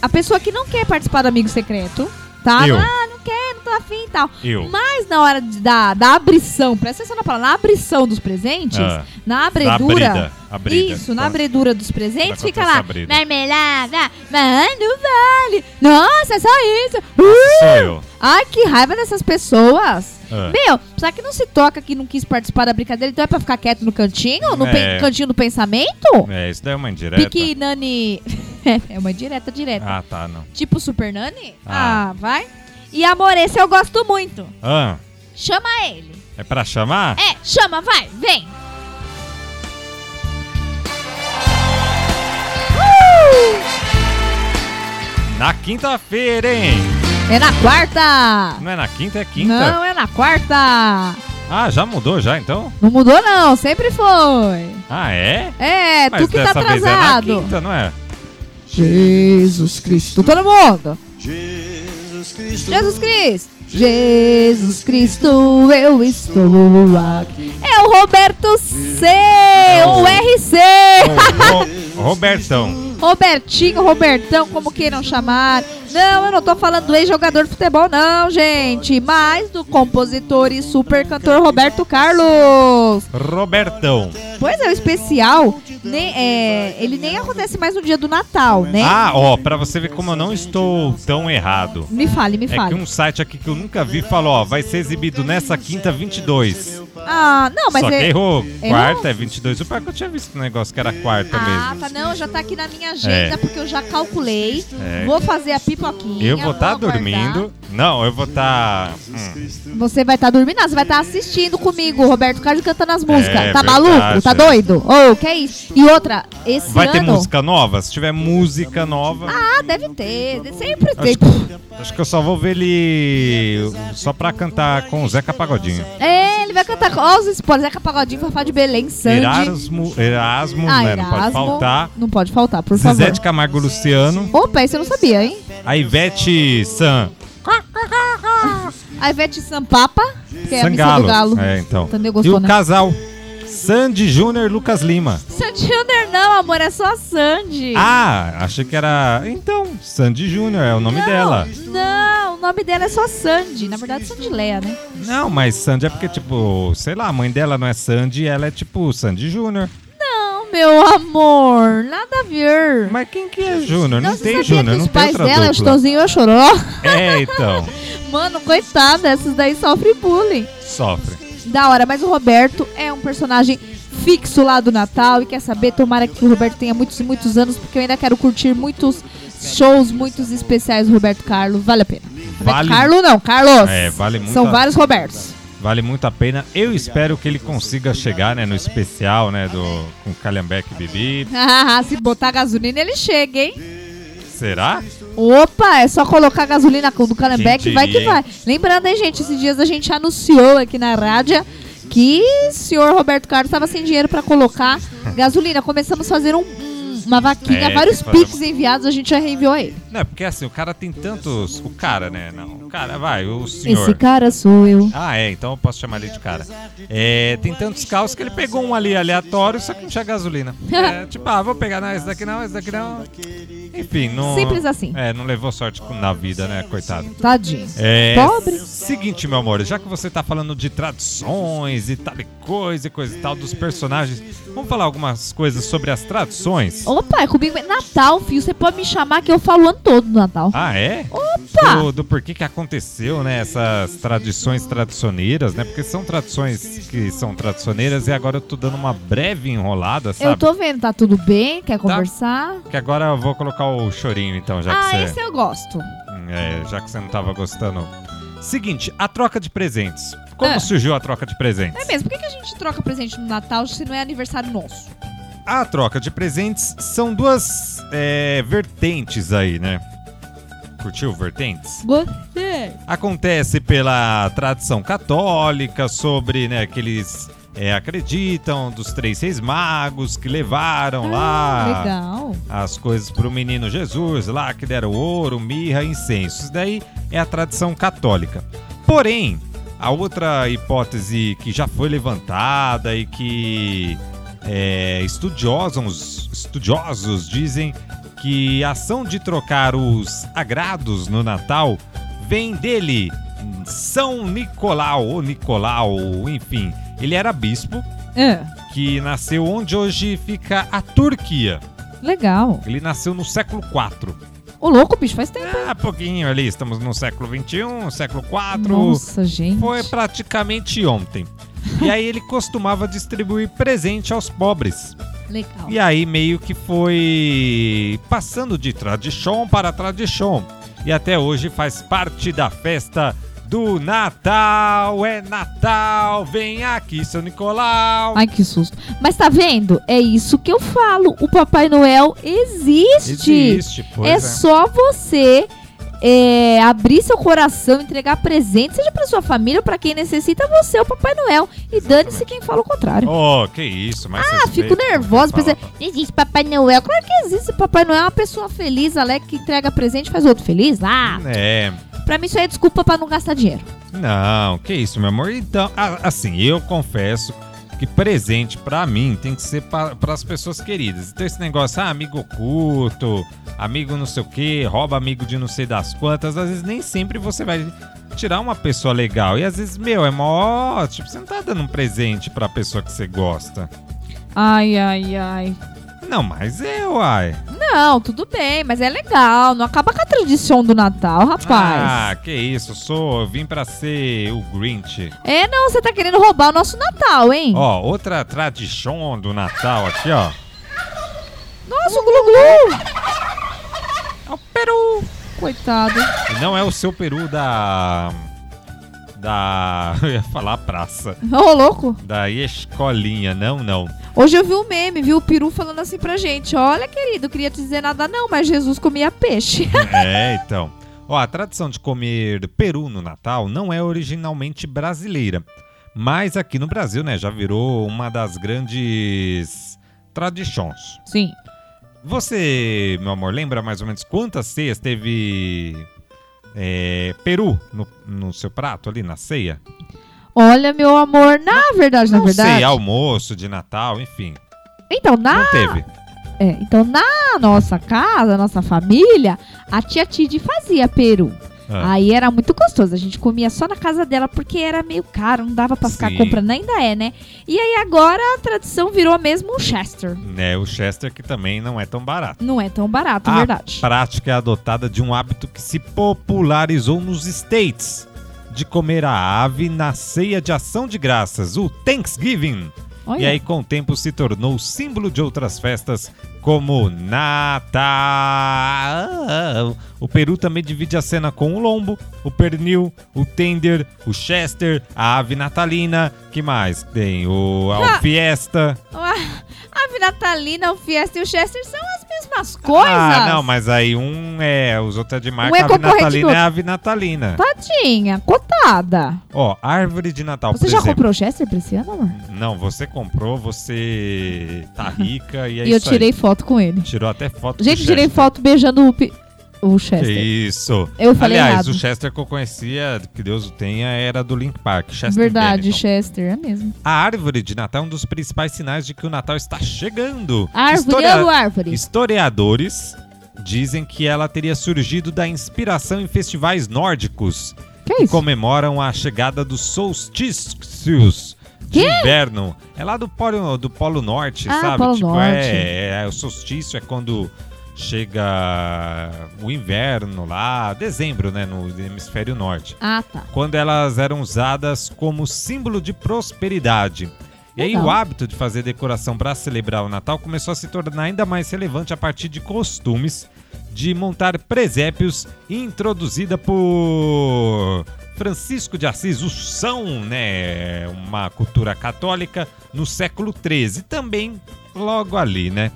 Speaker 3: A pessoa que não quer participar do amigo secreto, tá?
Speaker 2: Eu.
Speaker 3: Ah, não quer, não tô afim e tal.
Speaker 2: eu. ah,
Speaker 3: Mas na hora de- da, da abrição, presta atenção na palavra, na abrição dos presentes,
Speaker 2: Ah,
Speaker 3: na
Speaker 2: da
Speaker 3: abredura.
Speaker 2: brida. A brida.
Speaker 3: Isso, na
Speaker 2: Quando-
Speaker 3: abredura dos presentes,
Speaker 2: quando
Speaker 3: fica
Speaker 2: acontece
Speaker 3: lá.
Speaker 2: a brida.
Speaker 3: Marmelada, mano, vale. Nossa, é só isso. Uh!
Speaker 2: Sou eu.
Speaker 3: Ai, que raiva dessas pessoas.
Speaker 2: Ah.
Speaker 3: Meu, será que não se toca que não quis participar da brincadeira? Então é pra ficar quieto no cantinho? No
Speaker 2: É.
Speaker 3: pen- cantinho do pensamento?
Speaker 2: É, isso daí é uma indireta.
Speaker 3: Pique Nani. é uma direta, direta.
Speaker 2: Ah, tá, não.
Speaker 3: Tipo Super Nani?
Speaker 2: Ah.
Speaker 3: ah, vai. E amor, esse eu gosto muito.
Speaker 2: Ah,
Speaker 3: Chama ele.
Speaker 2: é pra chamar?
Speaker 3: É, chama, vai, vem.
Speaker 2: Na quinta-feira, hein?
Speaker 3: É na quarta.
Speaker 2: Não é na quinta, é quinta.
Speaker 3: Não, é na quarta.
Speaker 2: Ah, já mudou já, então?
Speaker 3: Não mudou não, sempre foi.
Speaker 2: Ah, é?
Speaker 3: É,
Speaker 2: Mas
Speaker 3: tu que tá
Speaker 2: dessa vez é na
Speaker 3: atrasado.
Speaker 2: quinta, não é?
Speaker 3: Jesus Cristo. Todo mundo. Jesus Cristo. Jesus Cristo, eu estou aqui. É o Roberto C, É o RC.
Speaker 2: Ô, Ro- Robertão.
Speaker 3: Robertinho, Robertão, como queiram chamar. Não, eu não tô falando do ex-jogador de futebol, não, gente. Mas do compositor e super cantor Roberto Carlos.
Speaker 2: Robertão.
Speaker 3: Pois é, o especial, nem, é, ele nem acontece mais no dia do Natal, né?
Speaker 2: Ah, ó, pra você ver como eu não estou tão errado.
Speaker 3: Me fale, me
Speaker 2: É que
Speaker 3: fale.
Speaker 2: um site aqui que eu nunca vi falou, ó, vai ser exibido nessa quinta 22.
Speaker 3: Ah, não, mas
Speaker 2: Só que
Speaker 3: é.
Speaker 2: errou.
Speaker 3: errou?
Speaker 2: Quarta é 22. O pior que eu tinha visto o negócio que era quarta
Speaker 3: Ah,
Speaker 2: mesmo.
Speaker 3: tá, não, já tá aqui na minha agenda,
Speaker 2: É.
Speaker 3: porque eu já calculei.
Speaker 2: É.
Speaker 3: Vou fazer a pipoquinha.
Speaker 2: Eu vou estar
Speaker 3: aguardar.
Speaker 2: dormindo. Não, eu vou tá, hum, estar.
Speaker 3: Você vai estar dormindo? Não, você vai estar assistindo comigo, Roberto Carlos cantando as músicas.
Speaker 2: É,
Speaker 3: tá
Speaker 2: verdade,
Speaker 3: maluco? Tá
Speaker 2: é.
Speaker 3: doido? Ô, que isso? E outra, esse
Speaker 2: Vai ter
Speaker 3: ano.
Speaker 2: música nova? Se tiver música nova.
Speaker 3: Ah, deve ter. Sempre tem.
Speaker 2: Acho que, acho que eu só vou ver ele só pra cantar com o Zeca Pagodinho.
Speaker 3: É, ele vai cantar. Ó, os spoilers. Zeca Pagodinho, Fafá de Belém, Sandy.
Speaker 2: Erasmo, Erasmo,
Speaker 3: Ah,
Speaker 2: né? Não pode
Speaker 3: Erasmo.
Speaker 2: faltar.
Speaker 3: Não pode faltar, por
Speaker 2: Zezé
Speaker 3: favor.
Speaker 2: de Camargo Luciano.
Speaker 3: Opa, isso eu não sabia, hein?
Speaker 2: A Ivete San.
Speaker 3: A Ivete Sampapa, que é a missa do
Speaker 2: Sangalo.
Speaker 3: galo.
Speaker 2: É, então.
Speaker 3: Entendeu?
Speaker 2: E
Speaker 3: Gostou,
Speaker 2: o
Speaker 3: né?
Speaker 2: casal. Sandy Júnior Lucas Lima.
Speaker 3: Sandy Júnior não, amor, é só Sandy.
Speaker 2: Ah, achei que era. Então, Sandy Júnior é o nome
Speaker 3: não,
Speaker 2: dela.
Speaker 3: Não, o nome dela é só Sandy. Na verdade, Sandy Leia, né?
Speaker 2: Não, mas Sandy é porque, tipo, sei lá, a mãe dela não é Sandy, ela é tipo Sandy Júnior.
Speaker 3: Não, meu amor, nada a ver.
Speaker 2: Mas quem que é Júnior? Não,
Speaker 3: você
Speaker 2: tem
Speaker 3: sabia
Speaker 2: Júnior,
Speaker 3: que
Speaker 2: não
Speaker 3: os
Speaker 2: tem
Speaker 3: pais
Speaker 2: outra
Speaker 3: dela, é
Speaker 2: dupla.
Speaker 3: o Chitãozinho e o Choró.
Speaker 2: É, então,
Speaker 3: Mano, coitada, essas daí sofrem bullying.
Speaker 2: sofre.
Speaker 3: Da hora, mas o Roberto é um personagem fixo lá do Natal e quer saber, tomara que o Roberto tenha muitos e muitos anos, porque eu ainda quero curtir muitos shows, muitos especiais do Roberto Carlos, vale a pena. Roberto
Speaker 2: Vale-
Speaker 3: Carlo não, Carlos.
Speaker 2: É, vale muito
Speaker 3: São
Speaker 2: a-
Speaker 3: vários Robertos.
Speaker 2: Vale muito a pena. Eu espero que ele consiga chegar, né, no especial, né, do com Calhambeck e Bibi.
Speaker 3: Ah, se botar gasolina ele chega, hein?
Speaker 2: Será?
Speaker 3: Opa, é só colocar gasolina com do Calembeck
Speaker 2: Quem
Speaker 3: e vai que
Speaker 2: diria,
Speaker 3: vai. Lembrando, hein, gente, esses dias a gente anunciou aqui na rádio que o senhor Roberto Carlos estava sem dinheiro para colocar gasolina. Começamos a fazer um- um- uma vaquinha,
Speaker 2: É,
Speaker 3: vários
Speaker 2: tem que fazer
Speaker 3: pix enviados, a gente já reenviou a ele.
Speaker 2: Não, porque assim, o cara tem tantos. O cara, né? Não, o cara, vai, o senhor.
Speaker 3: Esse cara sou eu.
Speaker 2: Ah, é, então eu posso chamar ele de cara. É, tem tantos carros que ele pegou um ali aleatório, só que não tinha gasolina. É, tipo, ah, vou pegar, não, esse daqui não, esse daqui não. Enfim, não.
Speaker 3: Simples assim.
Speaker 2: É, não levou sorte com- na vida, né, coitado.
Speaker 3: Tadinho.
Speaker 2: É,
Speaker 3: Pobre.
Speaker 2: Seguinte, meu amor, já que você tá falando de tradições e tal e coisa e coisa e tal, dos personagens, vamos falar algumas coisas sobre as tradições?
Speaker 3: Opa, é comigo. Natal, filho, você pode me chamar que eu falo o ano todo do Natal.
Speaker 2: Ah, é?
Speaker 3: Opa!
Speaker 2: Do, do porquê que aconteceu, né? Essas tradições tradicioneiras, né? Porque são tradições que são tradicioneiras e agora eu tô dando uma breve enrolada, Ah, sabe?
Speaker 3: Eu tô vendo, tá tudo bem? Quer conversar?
Speaker 2: Que agora eu vou colocar o chorinho, então, já que
Speaker 3: Ah,
Speaker 2: você.
Speaker 3: esse eu gosto.
Speaker 2: É, já que você não tava gostando. Seguinte, a troca de presentes. Como
Speaker 3: Ah.
Speaker 2: surgiu a troca de presentes?
Speaker 3: É mesmo, por que, que a gente troca presente no Natal se não é aniversário nosso?
Speaker 2: A troca de presentes são duas é, vertentes aí, né? Curtiu vertentes?
Speaker 3: Gostei.
Speaker 2: acontece pela tradição católica sobre né, que eles é, acreditam dos três seis magos que levaram lá
Speaker 3: Ah, Legal.
Speaker 2: as coisas para o menino Jesus, lá que deram ouro, mirra, incenso. Isso daí é a tradição católica. Porém, a outra hipótese que já foi levantada e que é, estudiosos, estudiosos dizem que a ação de trocar os agrados no Natal vem dele, São Nicolau, ou Nicolau, enfim. Ele era bispo
Speaker 3: É,
Speaker 2: que nasceu onde hoje fica a Turquia.
Speaker 3: legal.
Speaker 2: Ele nasceu no século IV.
Speaker 3: Ô, louco, bicho, faz tempo.
Speaker 2: Ah, pouquinho ali, estamos no século XXI, século IV.
Speaker 3: Nossa, gente.
Speaker 2: Foi praticamente ontem. E aí ele costumava distribuir presente aos pobres.
Speaker 3: Legal.
Speaker 2: E aí meio que foi passando de tradição para tradição. E até hoje faz parte da festa do Natal. É Natal, vem aqui, seu Nicolau.
Speaker 3: Ai, que susto. Mas tá vendo? É isso que eu falo. O Papai Noel existe.
Speaker 2: Existe, pois
Speaker 3: é,
Speaker 2: é.
Speaker 3: só você é, abrir seu coração, entregar presente, seja pra sua família ou pra quem necessita, você é o Papai Noel. E dane-se quem fala o contrário.
Speaker 2: Oh, que isso, mas
Speaker 3: Ah, fico nervosa, pensei, existe Papai Noel. Claro que existe Papai Noel, é uma pessoa feliz, alegre, que entrega presente e faz outro feliz. Ah,
Speaker 2: É,
Speaker 3: pra mim isso aí é desculpa pra não gastar dinheiro.
Speaker 2: Não, que isso, meu amor. Então, a- assim, eu confesso que presente pra mim tem que ser para as pessoas queridas. Então esse negócio, ah, amigo oculto, amigo não sei o quê, rouba amigo de não sei das quantas, às vezes nem sempre você vai tirar uma pessoa legal. E às vezes, meu, é mó, tipo, você não tá dando um presente pra pessoa que você gosta.
Speaker 3: Ai, ai, ai.
Speaker 2: Não, mas é, uai.
Speaker 3: Não, tudo bem, mas é legal. Não acaba com a tradição do Natal, rapaz.
Speaker 2: Ah, que isso, sou, eu vim pra ser o Grinch.
Speaker 3: É, não, você tá querendo roubar o nosso Natal, hein?
Speaker 2: Ó, outra tradição do Natal aqui, ó.
Speaker 3: Nossa, o Glu-Glu! É o peru! Coitado.
Speaker 2: E Não é o seu peru da. Da. Eu ia falar praça.
Speaker 3: Ô, louco.
Speaker 2: Da escolinha, não, não.
Speaker 3: Hoje eu vi um meme, viu? O peru falando assim pra gente. Olha, querido, queria te dizer nada não, mas Jesus comia peixe.
Speaker 2: É, então. Ó, a tradição de comer peru no Natal não é originalmente brasileira. Mas aqui no Brasil, né, já virou uma das grandes tradições.
Speaker 3: Sim.
Speaker 2: Você, meu amor, lembra mais ou menos quantas ceias teve é, peru no, no seu prato ali na ceia?
Speaker 3: Olha, meu amor, na verdade, na
Speaker 2: Não
Speaker 3: verdade.
Speaker 2: sei, almoço de Natal, enfim.
Speaker 3: Então, na
Speaker 2: Não teve.
Speaker 3: É, então na nossa casa, nossa família, a tia Tid fazia peru.
Speaker 2: Ah.
Speaker 3: Aí era muito gostoso, a gente comia só na casa dela porque era meio caro, não dava pra ficar
Speaker 2: Sim.
Speaker 3: comprando, ainda é, né? E aí agora a tradição virou mesmo o Chester.
Speaker 2: Né, o Chester que também não é tão barato.
Speaker 3: Não é tão barato, é
Speaker 2: A
Speaker 3: verdade.
Speaker 2: prática é adotada de um hábito que se popularizou nos States de comer a ave na ceia de ação de graças, o Thanksgiving.
Speaker 3: Olha.
Speaker 2: E aí, com o tempo, se tornou símbolo de outras festas, como Natal. O Peru também divide a cena com o lombo, o pernil, o tender, o chester, a ave natalina. que mais? Tem o a fiesta.
Speaker 3: Ah, A ave natalina, o Fiesta e o Chester são as mesmas coisas.
Speaker 2: Ah, não, mas aí um é, os outros é de marca,
Speaker 3: Um é
Speaker 2: a ave
Speaker 3: concorrente
Speaker 2: natalina é
Speaker 3: do outro.
Speaker 2: a ave natalina.
Speaker 3: Tadinha, cotada.
Speaker 2: Ó, árvore de Natal,
Speaker 3: Você
Speaker 2: por
Speaker 3: já
Speaker 2: exemplo. É
Speaker 3: comprou o Chester pra esse ano, amor?
Speaker 2: Não, você comprou, você tá rica e é
Speaker 3: e eu
Speaker 2: isso aí.
Speaker 3: tirei foto com ele.
Speaker 2: Tirou até foto
Speaker 3: Gente,
Speaker 2: do
Speaker 3: tirei
Speaker 2: Chester.
Speaker 3: foto beijando o, pi- o Chester.
Speaker 2: Que Isso.
Speaker 3: Eu falei
Speaker 2: Aliás,
Speaker 3: errado.
Speaker 2: o Chester que eu conhecia, que Deus o tenha, era do Link Park. Chester
Speaker 3: Verdade,
Speaker 2: Bennington.
Speaker 3: Chester, é mesmo.
Speaker 2: A árvore de Natal é um dos principais sinais de que o Natal está chegando.
Speaker 3: Árvore,
Speaker 2: Historia-
Speaker 3: eu árvore.
Speaker 2: Historiadores dizem que ela teria surgido da inspiração em festivais nórdicos
Speaker 3: Que é
Speaker 2: que
Speaker 3: isso?
Speaker 2: comemoram a chegada dos solstícios de inverno. É lá do Polo, do polo Norte,
Speaker 3: Ah,
Speaker 2: sabe?
Speaker 3: Polo
Speaker 2: tipo,
Speaker 3: Norte.
Speaker 2: É, é, o solstício é quando chega o inverno lá, dezembro, né, no hemisfério norte.
Speaker 3: Ah, tá.
Speaker 2: Quando elas eram usadas como símbolo de prosperidade. E aí
Speaker 3: Legal.
Speaker 2: o hábito de fazer decoração para celebrar o Natal começou a se tornar ainda mais relevante a partir de costumes de montar presépios introduzida por Francisco de Assis, o São, né? Uma cultura católica no século XIII, também logo ali, né?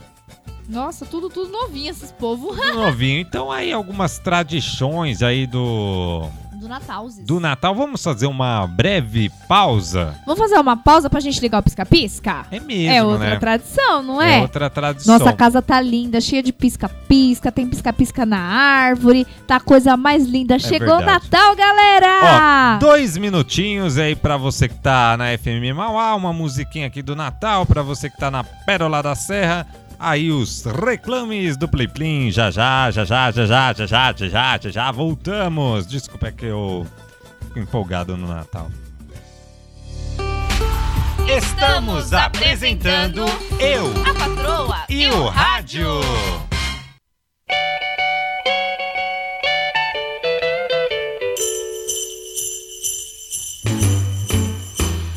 Speaker 3: Nossa, tudo, tudo novinho esses povos
Speaker 2: Novinho. Então aí algumas tradições aí do
Speaker 3: do Natal. Ziz.
Speaker 2: do Natal. Vamos fazer uma breve pausa.
Speaker 3: Vamos fazer uma pausa pra gente ligar o pisca-pisca?
Speaker 2: É mesmo,
Speaker 3: é outra
Speaker 2: né?
Speaker 3: tradição, não é?
Speaker 2: É outra tradição.
Speaker 3: Nossa casa tá linda, cheia de pisca-pisca, tem pisca-pisca na árvore, tá a coisa mais linda. Chegou o
Speaker 2: É verdade.
Speaker 3: Natal, galera!
Speaker 2: Dois minutinhos aí pra você que tá na FM Mauá, uma musiquinha aqui do Natal, pra você que tá na Pérola da Serra. Aí os reclames do Play Plim, já já, já já, já já, já já, já já, já já, voltamos. Desculpa, é que eu fico empolgado no Natal.
Speaker 5: Estamos apresentando
Speaker 2: Eu
Speaker 5: A patroa
Speaker 2: e o Rádio.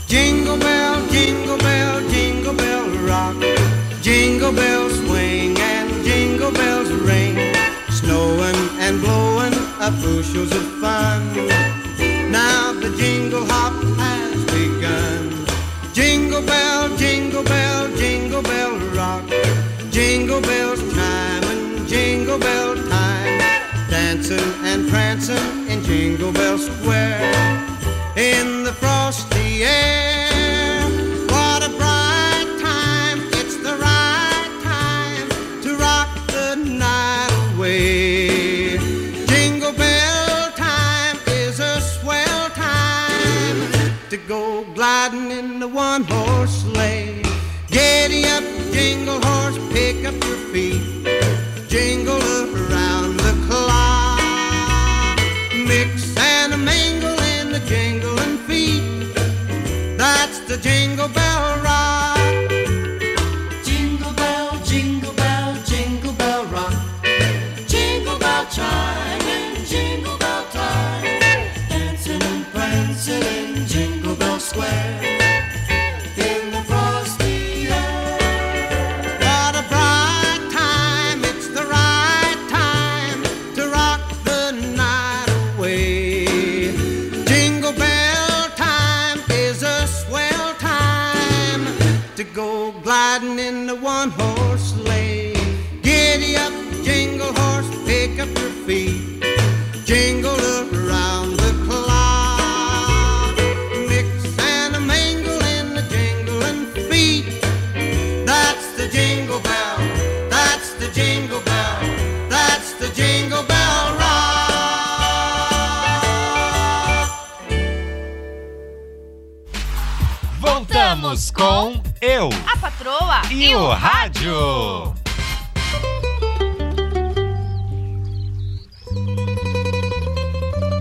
Speaker 7: Jingle bell, jingle bell, jingle bell rock. Jingle bells swing and jingle bells ring. Snowing and blowing up bushels of fun. Now the jingle hop has begun. Jingle bell, jingle bell, jingle bell rock. Jingle bells chime and jingle bell time. Dancing and prancing in Jingle Bell Square in the frosty air. What a bright time, it's the right time to rock the night away. Jingle bell time is a swell time to go gliding in the one horse sleigh. Giddy up, jingle horse, pick up your feet. Jingle around the clock mix and a mingle in the jingling feet. That's the jingle bell rock. Jingle bell, jingle bell, jingle bell rock. Jingle bell chime and jingle bell time. Dancing and prancing in Jingle Bell Square. In the frosty air. What a bright time, it's the right time to rock the night away. Jingle bell time is a swell time to go gliding in the one horse sleigh. Giddy up, jingle horse, pick up your feet. Jingle around the clock. Mix and a mingle in the jingling feet. That's the jingle bell. That's the jingle bell. That's the jingle bell rock.
Speaker 2: Vamos com eu
Speaker 5: a patroa
Speaker 2: e o rádio.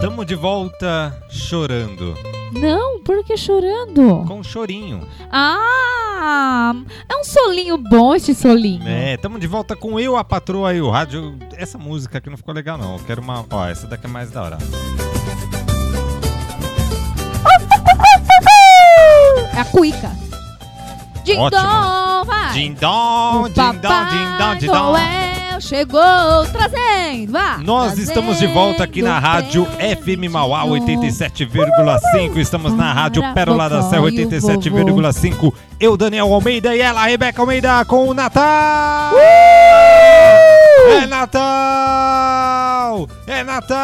Speaker 2: Tamo de volta chorando.
Speaker 3: Não, por que chorando?
Speaker 2: Com chorinho.
Speaker 3: Ah, é um solinho bom este solinho.
Speaker 2: É, tamo de volta com eu, a patroa e o rádio. Essa música aqui não ficou legal, não. Eu quero uma. Ó, essa daqui é mais da hora.
Speaker 3: É a cuica. Dindom,
Speaker 2: Ótimo.
Speaker 3: vai.
Speaker 2: Dindom,
Speaker 3: O
Speaker 2: dindom, dindom,
Speaker 3: Papai
Speaker 2: dindom.
Speaker 3: Noel chegou trazendo, vá.
Speaker 2: Nós estamos de volta aqui na rádio FM Mauá 87,5. Estamos na rádio Pérola da Serra 87,5. Eu, Daniel Almeida e ela, Rebeca Almeida, com o Natal!
Speaker 3: Uh!
Speaker 2: É Natal! É
Speaker 3: É
Speaker 2: Natal!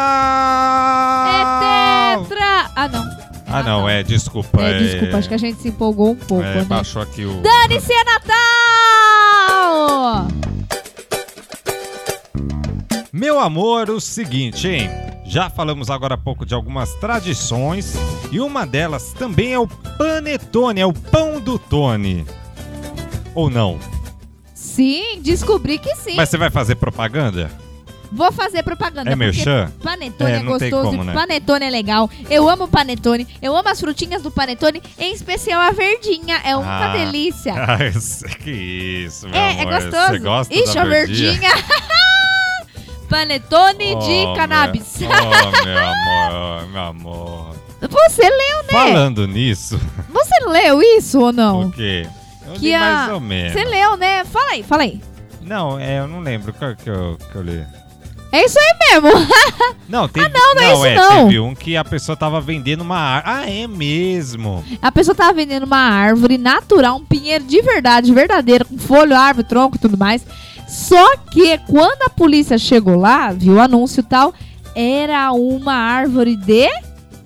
Speaker 3: tetra. Ah, não.
Speaker 2: Ah, não, é, desculpa.
Speaker 3: É, desculpa, acho que a gente se empolgou um pouco.
Speaker 2: é,
Speaker 3: né?
Speaker 2: baixou aqui o.
Speaker 3: Dane-se é Natal!
Speaker 2: Meu amor, o seguinte, hein? Já falamos agora há pouco de algumas tradições e uma delas também é o panetone, é o pão do Tony. Ou não?
Speaker 3: Sim, descobri que sim.
Speaker 2: Mas você vai fazer propaganda?
Speaker 3: Vou fazer propaganda.
Speaker 2: É
Speaker 3: porque
Speaker 2: merchan?
Speaker 3: Panetone
Speaker 2: É,
Speaker 3: é,
Speaker 2: não tem
Speaker 3: gostoso,
Speaker 2: como, né?
Speaker 3: panetone é legal. Eu amo panetone, eu amo as frutinhas do panetone, em especial a verdinha, é uma
Speaker 2: Ah.
Speaker 3: delícia.
Speaker 2: Ah, isso- que isso, meu
Speaker 3: É, é
Speaker 2: amor.
Speaker 3: gostoso.
Speaker 2: Você gosta
Speaker 3: Ixi,
Speaker 2: da
Speaker 3: a verdinha. é panetone
Speaker 2: Oh,
Speaker 3: de cannabis.
Speaker 2: Meu, oh, meu amor, oh, meu amor.
Speaker 3: Você leu, né?
Speaker 2: Falando nisso,
Speaker 3: Você leu isso ou não?
Speaker 2: o quê? Eu
Speaker 3: Que
Speaker 2: li mais
Speaker 3: a-
Speaker 2: ou menos.
Speaker 3: Você leu, né? Fala aí, fala aí.
Speaker 2: Não, é, eu não lembro qual que eu, que eu li.
Speaker 3: É isso aí mesmo.
Speaker 2: Não, teve,
Speaker 3: não é isso,
Speaker 2: é,
Speaker 3: não.
Speaker 2: teve um que a pessoa tava vendendo uma ar... Ah, é mesmo.
Speaker 3: A pessoa tava vendendo uma árvore natural, um pinheiro de verdade, verdadeiro, com folha, árvore, tronco e tudo mais. Só que quando a polícia chegou lá, viu o anúncio e tal, era uma árvore de.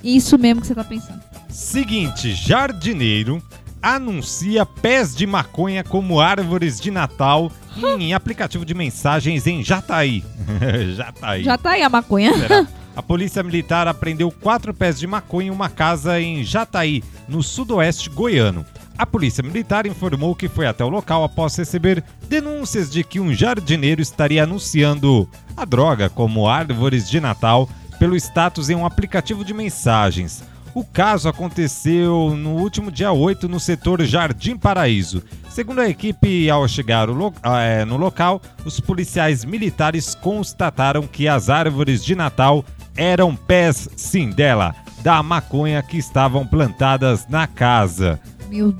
Speaker 3: Isso mesmo que você tá pensando.
Speaker 2: Seguinte, jardineiro anuncia pés de maconha como árvores de Natal em aplicativo de mensagens em Jataí. Jataí.
Speaker 3: Já tá aí a maconha.
Speaker 2: Será? A polícia militar apreendeu quatro pés de maconha em uma casa em Jataí, no sudoeste goiano. A polícia militar informou que foi até o local após receber denúncias de que um jardineiro estaria anunciando a droga como árvores de Natal pelo status em um aplicativo de mensagens. O caso aconteceu no último dia 8 no setor Jardim Paraíso. Segundo a equipe, ao chegar o lo- ah, eh, no local, os policiais militares constataram que as árvores de Natal eram pés sindela da maconha que estavam plantadas na casa.
Speaker 3: Meu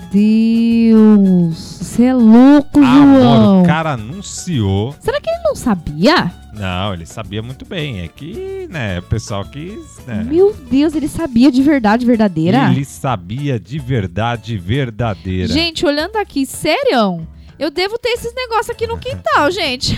Speaker 3: Deus. Você é louco,
Speaker 2: Amor,
Speaker 3: João.
Speaker 2: o cara anunciou.
Speaker 3: Será que ele não sabia?
Speaker 2: Não, ele sabia muito bem. É que, né, o pessoal quis, né?
Speaker 3: Meu Deus, ele sabia de verdade, verdadeira.
Speaker 2: Ele sabia de verdade verdadeira.
Speaker 3: Gente, olhando aqui, sério? Eu devo ter esses negócios aqui no quintal, gente.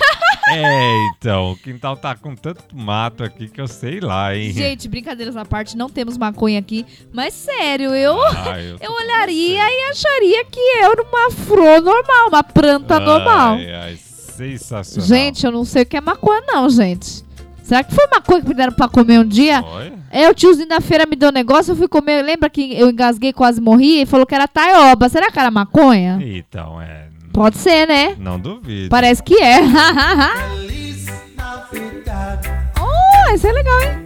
Speaker 2: É, então, o quintal tá com tanto mato aqui que eu sei lá, hein?
Speaker 3: Gente, brincadeiras à parte, não temos maconha aqui. Mas sério, eu,
Speaker 2: Ah, tô
Speaker 3: eu
Speaker 2: com
Speaker 3: olharia e acharia que era uma flor normal, uma planta
Speaker 2: você.
Speaker 3: normal.
Speaker 2: Ai, ai, sensacional.
Speaker 3: Gente, eu não sei o que é maconha, não, gente. Será que foi maconha que me deram pra comer um dia?
Speaker 2: Olha.
Speaker 3: É, o tiozinho da feira me deu um negócio, eu fui comer. Lembra que eu engasguei, quase morri? E falou que era taioba. Será que era maconha?
Speaker 2: Então, é. n-
Speaker 3: Pode ser, né?
Speaker 2: Não duvido.
Speaker 3: Parece que é. oh, esse é legal, hein?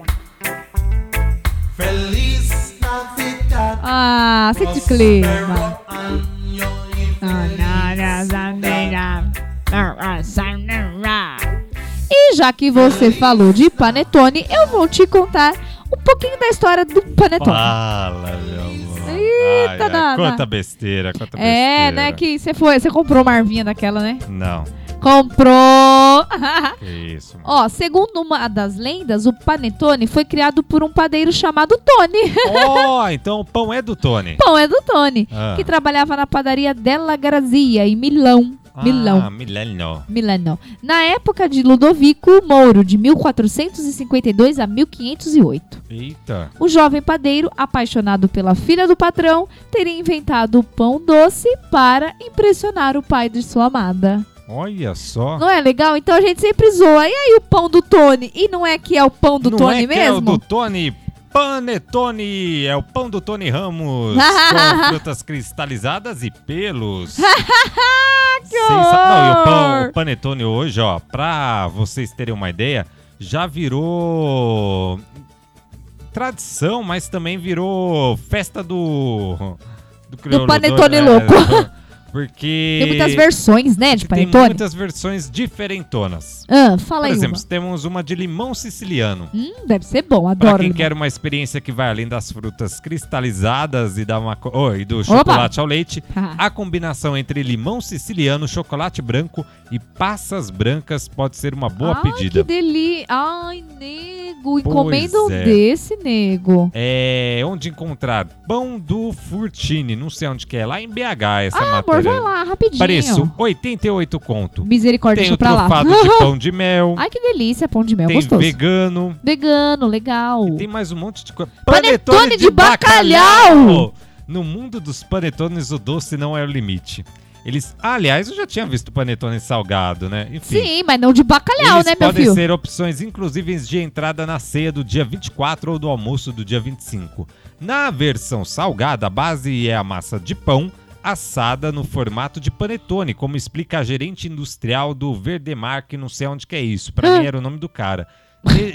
Speaker 3: Ah, sente o clima. E já que você falou de panetone, eu vou te contar um pouquinho da história do
Speaker 2: Ah,
Speaker 3: panetone.
Speaker 2: Fala, meu amor.
Speaker 3: Eita,
Speaker 2: Ai, ai,
Speaker 3: Dana.
Speaker 2: Quanta besteira, quanta tá besteira.
Speaker 3: É, né? Que você foi, você comprou uma arvinha daquela, né?
Speaker 2: Não,
Speaker 3: Comprou!
Speaker 2: que isso. mano.
Speaker 3: Ó, segundo uma das lendas, o panetone foi criado por um padeiro chamado Tony.
Speaker 2: Ó, então o pão é do Tony.
Speaker 3: Pão é do Tony,
Speaker 2: Ah.
Speaker 3: que trabalhava na padaria Della Grazia, em Milão.
Speaker 2: Ah,
Speaker 3: Milão.
Speaker 2: Milano.
Speaker 3: Milano. Na época de Ludovico Mouro, de 1452 a 1508.
Speaker 2: Eita.
Speaker 3: O jovem padeiro, apaixonado pela filha do patrão, teria inventado o pão doce para impressionar o pai de sua amada.
Speaker 2: Olha só.
Speaker 3: Não é legal? Então a gente sempre zoa. E aí o pão do Tony? E não é que é o pão do
Speaker 2: Não
Speaker 3: Tony
Speaker 2: é que
Speaker 3: mesmo?
Speaker 2: É o do Tony Panetone é o pão do Tony Ramos com frutas cristalizadas e pelos.
Speaker 3: Que
Speaker 2: Sensa- Não, e o, pão,
Speaker 3: horror!
Speaker 2: o panetone hoje, ó, pra vocês terem uma ideia, já virou tradição, mas também virou festa do do, crioulo
Speaker 3: panetone
Speaker 2: doido,
Speaker 3: louco.
Speaker 2: Porque
Speaker 3: Tem muitas versões, né, de
Speaker 2: tem
Speaker 3: panetone?
Speaker 2: muitas versões diferentonas.
Speaker 3: Ah, fala
Speaker 2: Por
Speaker 3: aí
Speaker 2: exemplo,
Speaker 3: uma.
Speaker 2: temos uma de limão siciliano.
Speaker 3: Hum, deve ser bom,
Speaker 2: Pra
Speaker 3: adoro.
Speaker 2: quem
Speaker 3: limão.
Speaker 2: quer uma experiência que vai além das frutas cristalizadas e, da maco... oh, e do chocolate ao leite,
Speaker 3: Ah.
Speaker 2: a combinação entre limão siciliano, chocolate branco e passas brancas pode ser uma boa
Speaker 3: Ai,
Speaker 2: pedida.
Speaker 3: Ah, que delícia. Ai, nego,
Speaker 2: Pois
Speaker 3: encomenda um
Speaker 2: é.
Speaker 3: desse, nego.
Speaker 2: É onde encontrar pão do Furtini, não sei onde que é, lá em BH essa
Speaker 3: Ah, amor,
Speaker 2: matéria.
Speaker 3: vai lá, rapidinho.
Speaker 2: Preço 88 conto.
Speaker 3: Misericórdia,
Speaker 2: Tem
Speaker 3: deixa
Speaker 2: o
Speaker 3: pra lá.
Speaker 2: trufado de pão de mel,
Speaker 3: Ai, que delícia, pão de mel,
Speaker 2: tem
Speaker 3: gostoso.
Speaker 2: vegano,
Speaker 3: Vegano, legal.
Speaker 2: tem mais um monte de coisa.
Speaker 3: Panetone de bacalhau!
Speaker 2: No mundo dos panetones, o doce não é o limite. Eles, aliás, eu já tinha visto panetone salgado, né? Enfim.
Speaker 3: Sim, mas não de bacalhau,
Speaker 2: Eles
Speaker 3: né, meu
Speaker 2: podem
Speaker 3: filho?
Speaker 2: ser opções inclusive de entrada na ceia do dia 24 ou do almoço do dia 25. Na versão salgada, a base é a massa de pão assada no formato de panetone, como explica a gerente industrial do Verdemar, que não sei onde que é isso. Pra
Speaker 3: Ah.
Speaker 2: mim era o nome do cara. E-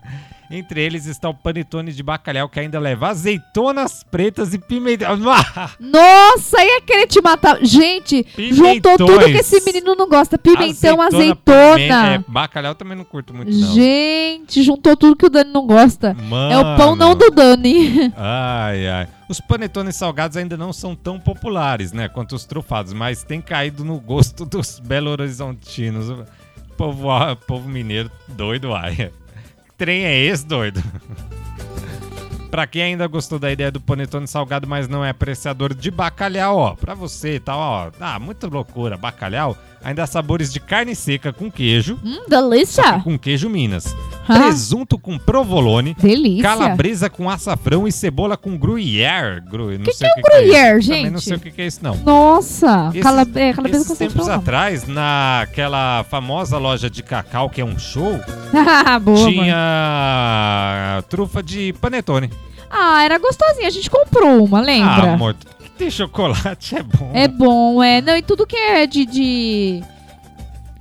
Speaker 2: é, Entre eles está o panetone de bacalhau que ainda leva azeitonas pretas e pimentão.
Speaker 3: Nossa, ia querer te matar. Gente, juntou tudo que
Speaker 2: Pimentões.
Speaker 3: esse menino não gosta. Pimentão,
Speaker 2: pimenta-
Speaker 3: azeitona.
Speaker 2: é, bacalhau também não curto muito, não.
Speaker 3: Gente, juntou tudo que o Dani não gosta. É o pão não
Speaker 2: Mano.
Speaker 3: do Dani.
Speaker 2: Ai, ai. Os panetones salgados ainda não são tão populares, né, quanto os trufados, mas tem caído no gosto dos belo-horizontinos. O Povo, o povo mineiro doido, ai. Que trem é esse, doido? Pra quem ainda gostou da ideia do panetone salgado, mas não é apreciador de bacalhau, ó. Pra você e tal, ó. Ah, muita loucura. Bacalhau. Ainda há sabores de carne seca com queijo.
Speaker 3: Hum, delícia.
Speaker 2: Com queijo Minas.
Speaker 3: Ah.
Speaker 2: Presunto com provolone.
Speaker 3: Delícia.
Speaker 2: Calabresa com açafrão e cebola com gruyère. Gru, não
Speaker 3: Que
Speaker 2: sei
Speaker 3: que é
Speaker 2: o
Speaker 3: um gruyère,
Speaker 2: isso. Também não
Speaker 3: gente?
Speaker 2: sei o que, que é isso, não.
Speaker 3: Nossa,
Speaker 2: Esses-
Speaker 3: calab- é, calabresa com
Speaker 2: esses tempos
Speaker 3: açafrão.
Speaker 2: atrás, naquela famosa loja de cacau, que é um show,
Speaker 3: Ah, boa, mano.
Speaker 2: tinha trufa de panetone.
Speaker 3: Ah, era gostosinha. A gente comprou uma,
Speaker 2: Ah,
Speaker 3: lembra?
Speaker 2: amor, tudo que tem chocolate é bom.
Speaker 3: é bom, é. Não, e tudo que é de... de...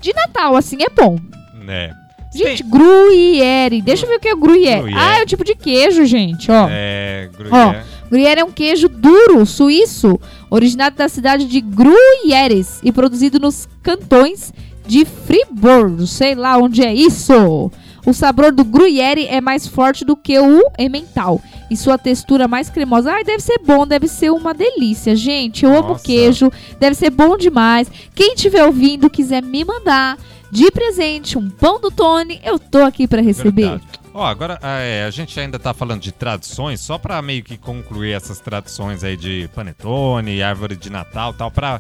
Speaker 3: De Natal, assim, é bom.
Speaker 2: É.
Speaker 3: Gente, gruyere. Deixa eu ver o que é gruyere.
Speaker 2: Gruyère.
Speaker 3: Ah, é o tipo de queijo, gente, ó.
Speaker 2: É, gruyère.
Speaker 3: Gruyère é um queijo duro suíço, originário da cidade de Gruyères e produzido nos cantões de Friburgo. Sei lá onde é isso. O sabor do Gruyère é mais forte do que o emmental e sua textura mais cremosa. Ai, deve ser bom, deve ser uma delícia, gente. Eu amo
Speaker 2: Nossa.
Speaker 3: queijo, deve ser bom demais. Quem estiver ouvindo quiser me mandar de presente um pão do Tony, eu tô aqui pra receber.
Speaker 2: Verdade. Ó, agora é, a gente ainda tá falando de tradições, só pra meio que concluir essas tradições aí de panetone, árvore de Natal e tal, pra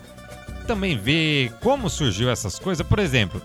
Speaker 2: também ver como surgiu essas coisas. Por exemplo,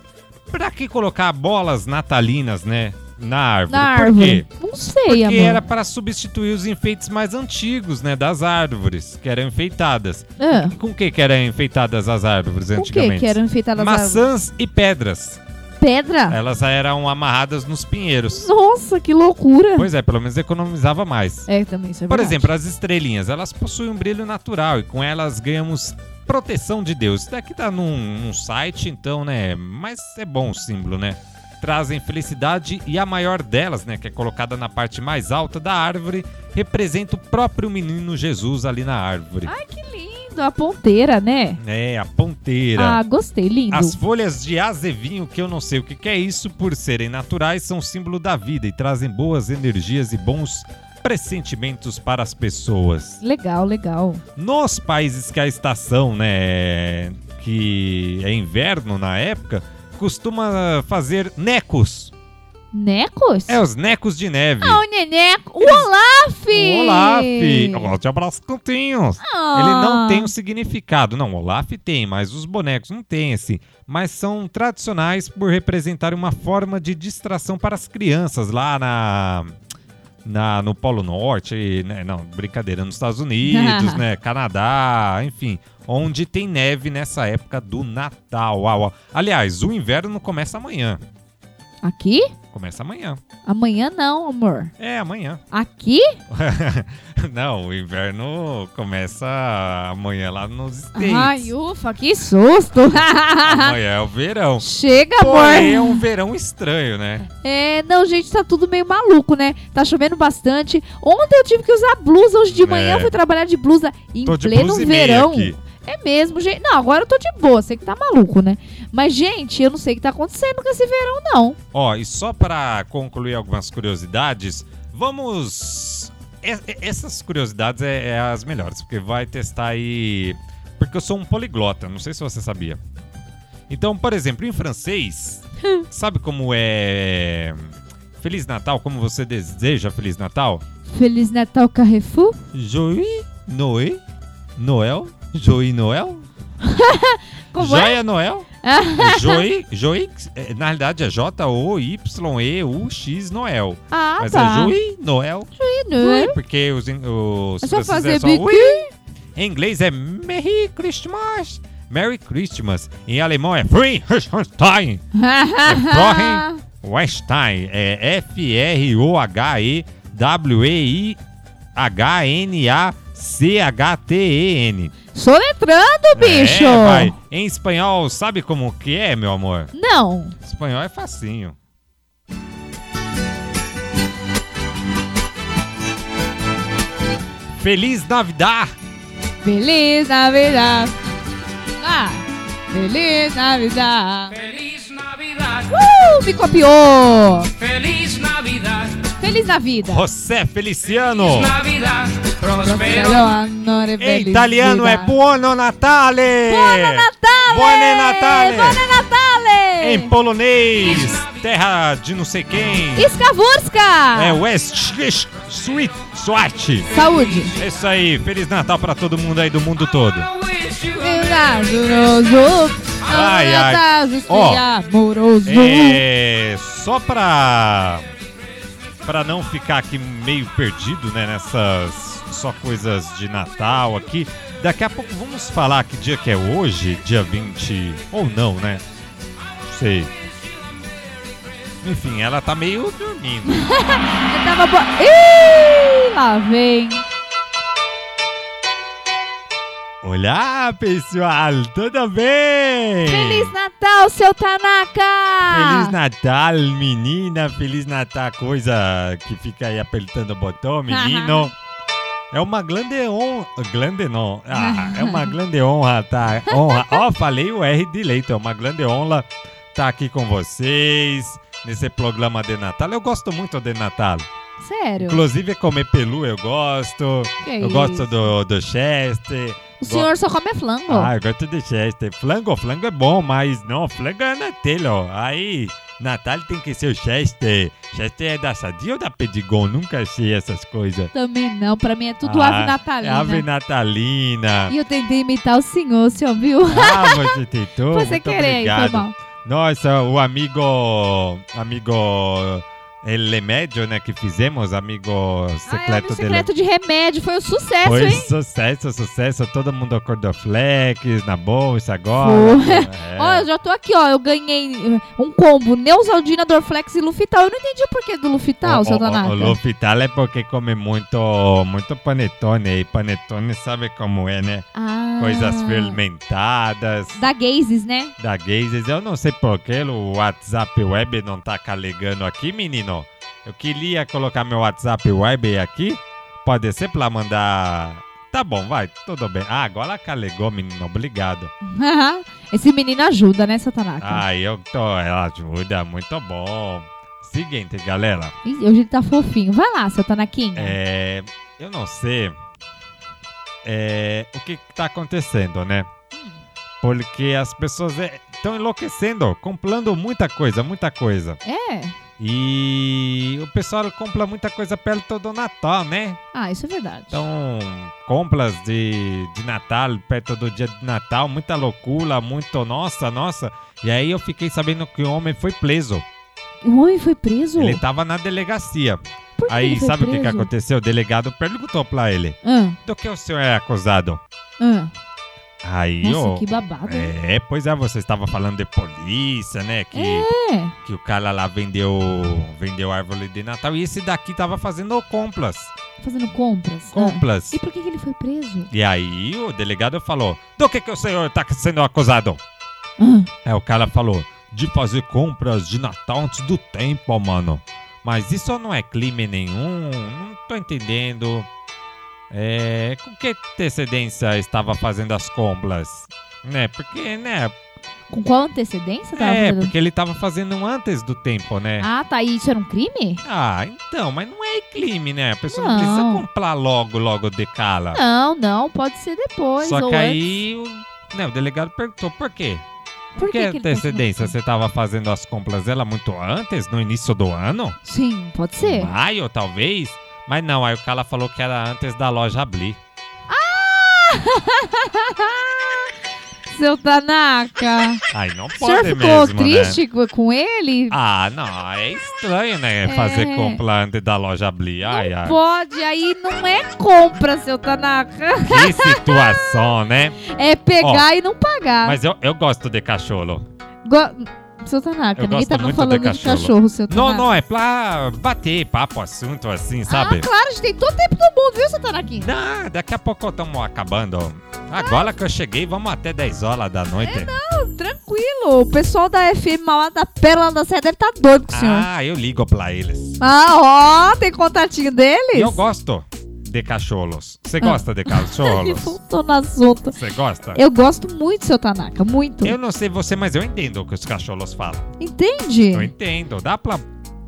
Speaker 2: pra que colocar bolas natalinas, né, na árvore?
Speaker 3: Na
Speaker 2: Por
Speaker 3: árvore.
Speaker 2: quê?
Speaker 3: Não sei,
Speaker 2: Porque
Speaker 3: amor.
Speaker 2: era pra substituir os enfeites mais antigos, né, das árvores, que eram enfeitadas.
Speaker 3: Ah.
Speaker 2: Com o que que eram enfeitadas as árvores
Speaker 3: O que
Speaker 2: antigamente?
Speaker 3: que eram enfeitadas as Ah.
Speaker 2: Maçãs e pedras.
Speaker 3: pedra?
Speaker 2: Elas eram amarradas nos pinheiros.
Speaker 3: Nossa, que loucura.
Speaker 2: Pois é, pelo menos economizava mais.
Speaker 3: É, também isso é
Speaker 2: Por
Speaker 3: verdade.
Speaker 2: exemplo, as estrelinhas, elas possuem um brilho natural e com elas ganhamos proteção de Deus. Isso daqui tá num, num site, então, né? Mas é bom o símbolo, né? Trazem felicidade e a maior delas, né? Que é colocada na parte mais alta da árvore, representa o próprio menino Jesus ali na árvore.
Speaker 3: Ai, que lindo. A ponteira, né?
Speaker 2: É, a ponteira.
Speaker 3: Ah, gostei, lindo.
Speaker 2: As folhas de azevinho, que eu não sei o que que é isso, por serem naturais, são símbolo da vida e trazem boas energias e bons pressentimentos para as pessoas.
Speaker 3: Legal, legal.
Speaker 2: Nos países que a estação, né, que é inverno na época, costuma fazer necos.
Speaker 3: Necos?
Speaker 2: É os necos de neve.
Speaker 3: Ah, o Neneco. O Olaf!
Speaker 2: O Olaf. Olá, te abraço, cantinhos.
Speaker 3: Ah.
Speaker 2: Ele não tem um significado. Não, o Olaf tem, mas os bonecos não têm esse. Mas são tradicionais por representar uma forma de distração para as crianças lá na. Na, no Polo Norte, né? não, brincadeira, nos Estados Unidos, né, Canadá, enfim, onde tem neve nessa época do Natal. Uau, uau. Aliás, o inverno começa amanhã.
Speaker 3: Aqui?
Speaker 2: Começa amanhã.
Speaker 3: Amanhã não, amor.
Speaker 2: É, amanhã.
Speaker 3: Aqui?
Speaker 2: Não, o inverno começa amanhã lá nos States.
Speaker 3: Ai, ufa, que susto!
Speaker 2: Amanhã é o verão.
Speaker 3: Chega,
Speaker 2: Porém, é
Speaker 3: amor!
Speaker 2: um verão estranho, né?
Speaker 3: É, não, gente, tá tudo meio maluco, né? Tá chovendo bastante. Ontem eu tive que usar blusa, hoje de manhã eu fui trabalhar de blusa em
Speaker 2: É. Tô de
Speaker 3: pleno
Speaker 2: blusa e meia
Speaker 3: verão.
Speaker 2: aqui.
Speaker 3: É mesmo, gente. Não, agora eu tô de boa, sei que tá maluco, né? Mas, gente, eu não sei o que tá acontecendo com esse verão, não.
Speaker 2: Ó, e só pra concluir algumas curiosidades, vamos. e- e- Essas curiosidades é, é as melhores, porque vai testar aí. Porque eu sou um poliglota, não sei se você sabia. Então, por exemplo, em francês, sabe como é. Feliz Natal, como você deseja Feliz Natal?
Speaker 3: Feliz Natal Carrefour?
Speaker 2: Joy Noé? Noel? Joy Noel?
Speaker 3: Como é?
Speaker 2: Joia Noel? Joy, Joy, eh, na realidade é J-O-Y-E-U-X Noel.
Speaker 3: Ah,
Speaker 2: Mas é
Speaker 3: tá.
Speaker 2: Juí Noel.
Speaker 3: Né?
Speaker 2: Porque os, in- os
Speaker 3: É só
Speaker 2: franceses
Speaker 3: fazer
Speaker 2: é só
Speaker 3: bico.
Speaker 2: ui. Em inglês é Merry Christmas. Merry Christmas. Em alemão é Free Christenstein. É Frohen Weinstein. É F-R-O-H-E-W-E-I-H-N-A-C-H-T-E-N.
Speaker 3: Soletrando, bicho!
Speaker 2: É, vai. Em espanhol, sabe como que é, meu amor?
Speaker 3: Não.
Speaker 2: Espanhol é facinho. Feliz Navidad!
Speaker 3: Feliz Navidad. Ah, Feliz Navidad.
Speaker 8: Feliz Navidad,
Speaker 3: Uh, me copiou.
Speaker 8: feliz Navidad,
Speaker 3: Feliz na vida.
Speaker 2: José Feliciano!
Speaker 8: Navidad,
Speaker 3: Prospero
Speaker 8: prospero.
Speaker 3: anno e
Speaker 2: Em italiano é
Speaker 3: felicidad.
Speaker 2: Buono Natale!
Speaker 3: Buon Natale!
Speaker 2: Buone Natale!
Speaker 3: Buon Natale!
Speaker 2: Em polonês, terra de não sei quem.
Speaker 3: Escavurska!
Speaker 2: É West Sweet Swat.
Speaker 3: Saúde.
Speaker 2: É isso aí, Feliz Natal pra todo mundo aí do mundo todo.
Speaker 8: I wish you a
Speaker 2: Ai, ai. Ó.
Speaker 3: Amoroso.
Speaker 2: É, só pra para não ficar aqui meio perdido, né, nessas só coisas de Natal aqui. Daqui a pouco vamos falar que dia que é hoje, dia 20 ou não, né? Não sei. Enfim, ela tá meio dormindo.
Speaker 3: Eu tava bo... Ih, lá vem.
Speaker 2: Olá, pessoal, tudo bem?
Speaker 3: Feliz Natal, seu Tanaka!
Speaker 2: Feliz Natal, menina. Feliz Natal, coisa que fica aí apertando o botão, menino. É uma glande honra. Glande não. Ah, é uma glande honra, tá? Honra. Ó, falei o R de leito. É uma glande honra tá aqui com vocês nesse programa de Natal. Eu gosto muito de Natal.
Speaker 3: Sério?
Speaker 2: Inclusive, comer pelu eu gosto.
Speaker 3: Que
Speaker 2: eu gosto
Speaker 3: isso?
Speaker 2: do, do Chester.
Speaker 3: O senhor só come flango.
Speaker 2: Ah, eu gosto de Chester. Flango, flango é bom, mas não, flango é Natello. Aí, Natal tem que ser o Chester. Chester é da Sadia ou da Pedigon? Nunca sei essas coisas.
Speaker 3: Também não, pra mim é tudo
Speaker 2: Ah,
Speaker 3: ave natalina.
Speaker 2: É ave natalina.
Speaker 3: E eu tentei imitar o senhor, o senhor viu?
Speaker 2: Ah, você tentou?
Speaker 3: Foi sem
Speaker 2: Muito
Speaker 3: querer,
Speaker 2: obrigado.
Speaker 3: foi mal.
Speaker 2: Nossa, o amigo... Amigo... Elemédio, né, que fizemos, amigo
Speaker 3: Ah, é
Speaker 2: secreto
Speaker 3: um
Speaker 2: dele.
Speaker 3: secreto de remédio, foi um sucesso,
Speaker 2: Foi
Speaker 3: hein?
Speaker 2: sucesso, sucesso. Todo mundo acordou flex na bolsa agora. É.
Speaker 3: Ó, eu já tô aqui, ó. Eu ganhei uh, um combo Neusaldina, Dorflex e Lufital. Eu não entendi Tá, o porquê do Lufital, seu Tanaka.
Speaker 2: O Lufital é porque come muito, muito panetone. E panetone sabe como é, né?
Speaker 3: Ah,
Speaker 2: Coisas fermentadas.
Speaker 3: Da Gazes, né?
Speaker 2: Da Gazes, eu não sei porquê o WhatsApp Web não tá carregando aqui, menino. Eu queria colocar meu WhatsApp Web aqui. Pode ser pra mandar. Tá bom, vai, tudo bem. Ah, agora carregou, menino, obrigado.
Speaker 3: Esse menino ajuda, né, seu Tanaka?
Speaker 2: Ah, eu tô. Ela ajuda, muito bom. Seguinte, galera.
Speaker 3: Ih, Hoje ele tá fofinho. Vai lá, seu Tanaquinho.
Speaker 2: É, eu não sei é, o que está acontecendo, né? Porque as pessoas estão enlouquecendo, comprando muita coisa, muita coisa.
Speaker 3: É.
Speaker 2: E o pessoal compra muita coisa perto do Natal, né?
Speaker 3: Ah, isso é verdade.
Speaker 2: Então, compras de, de Natal, perto do dia de Natal, muita loucura, muito nossa, nossa. E aí eu fiquei sabendo que o homem foi preso.
Speaker 3: O homem foi preso?
Speaker 2: Ele tava na delegacia.
Speaker 3: Hum. Por que
Speaker 2: Aí
Speaker 3: ele foi
Speaker 2: sabe o que, que
Speaker 3: preso?
Speaker 2: aconteceu? O delegado perguntou pra ele:
Speaker 3: Ah,
Speaker 2: do que o senhor é acusado?
Speaker 3: ah.
Speaker 2: Aí,
Speaker 3: Nossa,
Speaker 2: ó.
Speaker 3: que babado. hein?
Speaker 2: É, pois é, você estava falando de polícia, né? Que,
Speaker 3: É.
Speaker 2: que o cara lá vendeu vendeu árvore de Natal e esse daqui tava fazendo compras.
Speaker 3: Fazendo compras.
Speaker 2: Compras.
Speaker 3: Ah. E por que, que ele foi preso?
Speaker 2: E aí o delegado falou: Do que, que o senhor tá sendo acusado?
Speaker 3: Ah.
Speaker 2: É, o cara falou: De fazer compras de Natal antes do tempo, mano. Mas isso não é crime nenhum, não tô entendendo. É, com que antecedência estava fazendo as compras? Né, porque, né,
Speaker 3: Com qual antecedência tava
Speaker 2: é,
Speaker 3: fazendo?
Speaker 2: porque ele tava fazendo um antes do tempo, né?
Speaker 3: Tá Ah, tá. E isso era um crime?
Speaker 2: Ah, então, mas não é crime, né? A pessoa não, precisa
Speaker 3: Não.
Speaker 2: comprar logo, logo de cala.
Speaker 3: Não, é. não. Pode ser depois.
Speaker 2: Só
Speaker 3: ou
Speaker 2: que
Speaker 3: antes.
Speaker 2: aí o, né, o delegado perguntou por quê?
Speaker 3: Por
Speaker 2: que
Speaker 3: que, que ele tá
Speaker 2: antecedência?
Speaker 3: fazendo
Speaker 2: Você tava fazendo as compras dela muito antes, no início do ano?
Speaker 3: isso? Sim, pode ser.
Speaker 2: Maio, talvez? Mas não, aí o cara falou que era antes da loja abrir.
Speaker 3: Seu Tanaka.
Speaker 2: Aí não
Speaker 3: O senhor
Speaker 2: pode
Speaker 3: ficou
Speaker 2: mesmo, né?
Speaker 3: triste co- com ele?
Speaker 2: Ah, não, é estranho, né? Fazer
Speaker 3: É.
Speaker 2: compra antes da loja abrir. Ai, ai.
Speaker 3: Pode, aí não é compra, seu Tanaka.
Speaker 2: Que situação, né?
Speaker 3: É pegar e não pagar.
Speaker 2: Mas eu, eu gosto de cachorro.
Speaker 3: Go- Seu Tanaka,
Speaker 2: Eu
Speaker 3: ninguém
Speaker 2: gosto
Speaker 3: tava
Speaker 2: muito de
Speaker 3: falando de
Speaker 2: cachorro.
Speaker 3: cachorro, seu
Speaker 2: Não,
Speaker 3: Tanaka.
Speaker 2: não, é pra bater papo, assunto assim, sabe?
Speaker 3: Ah, claro, a gente tem todo o tempo do mundo, viu, seu Tanaquinho?
Speaker 2: Não, daqui a pouco estamos acabando. Agora que eu cheguei, vamos até 10 horas da
Speaker 3: É
Speaker 2: noite.
Speaker 3: Ah, Tranquilo, o pessoal da FM lá da Pérola da Sé deve estar doido com o senhor.
Speaker 2: ah, eu ligo pra eles.
Speaker 3: Ah, ó, tem contatinho deles?
Speaker 2: E Eu gosto de cachorros. Você gosta de
Speaker 3: Ele
Speaker 2: cachorros?
Speaker 3: voltou no assunto.
Speaker 2: Você gosta?
Speaker 3: Ah. Eu gosto muito, seu Tanaka, muito.
Speaker 2: Eu não sei você, mas eu entendo o que os cachorros falam.
Speaker 3: Entende?
Speaker 2: Eu entendo, dá pra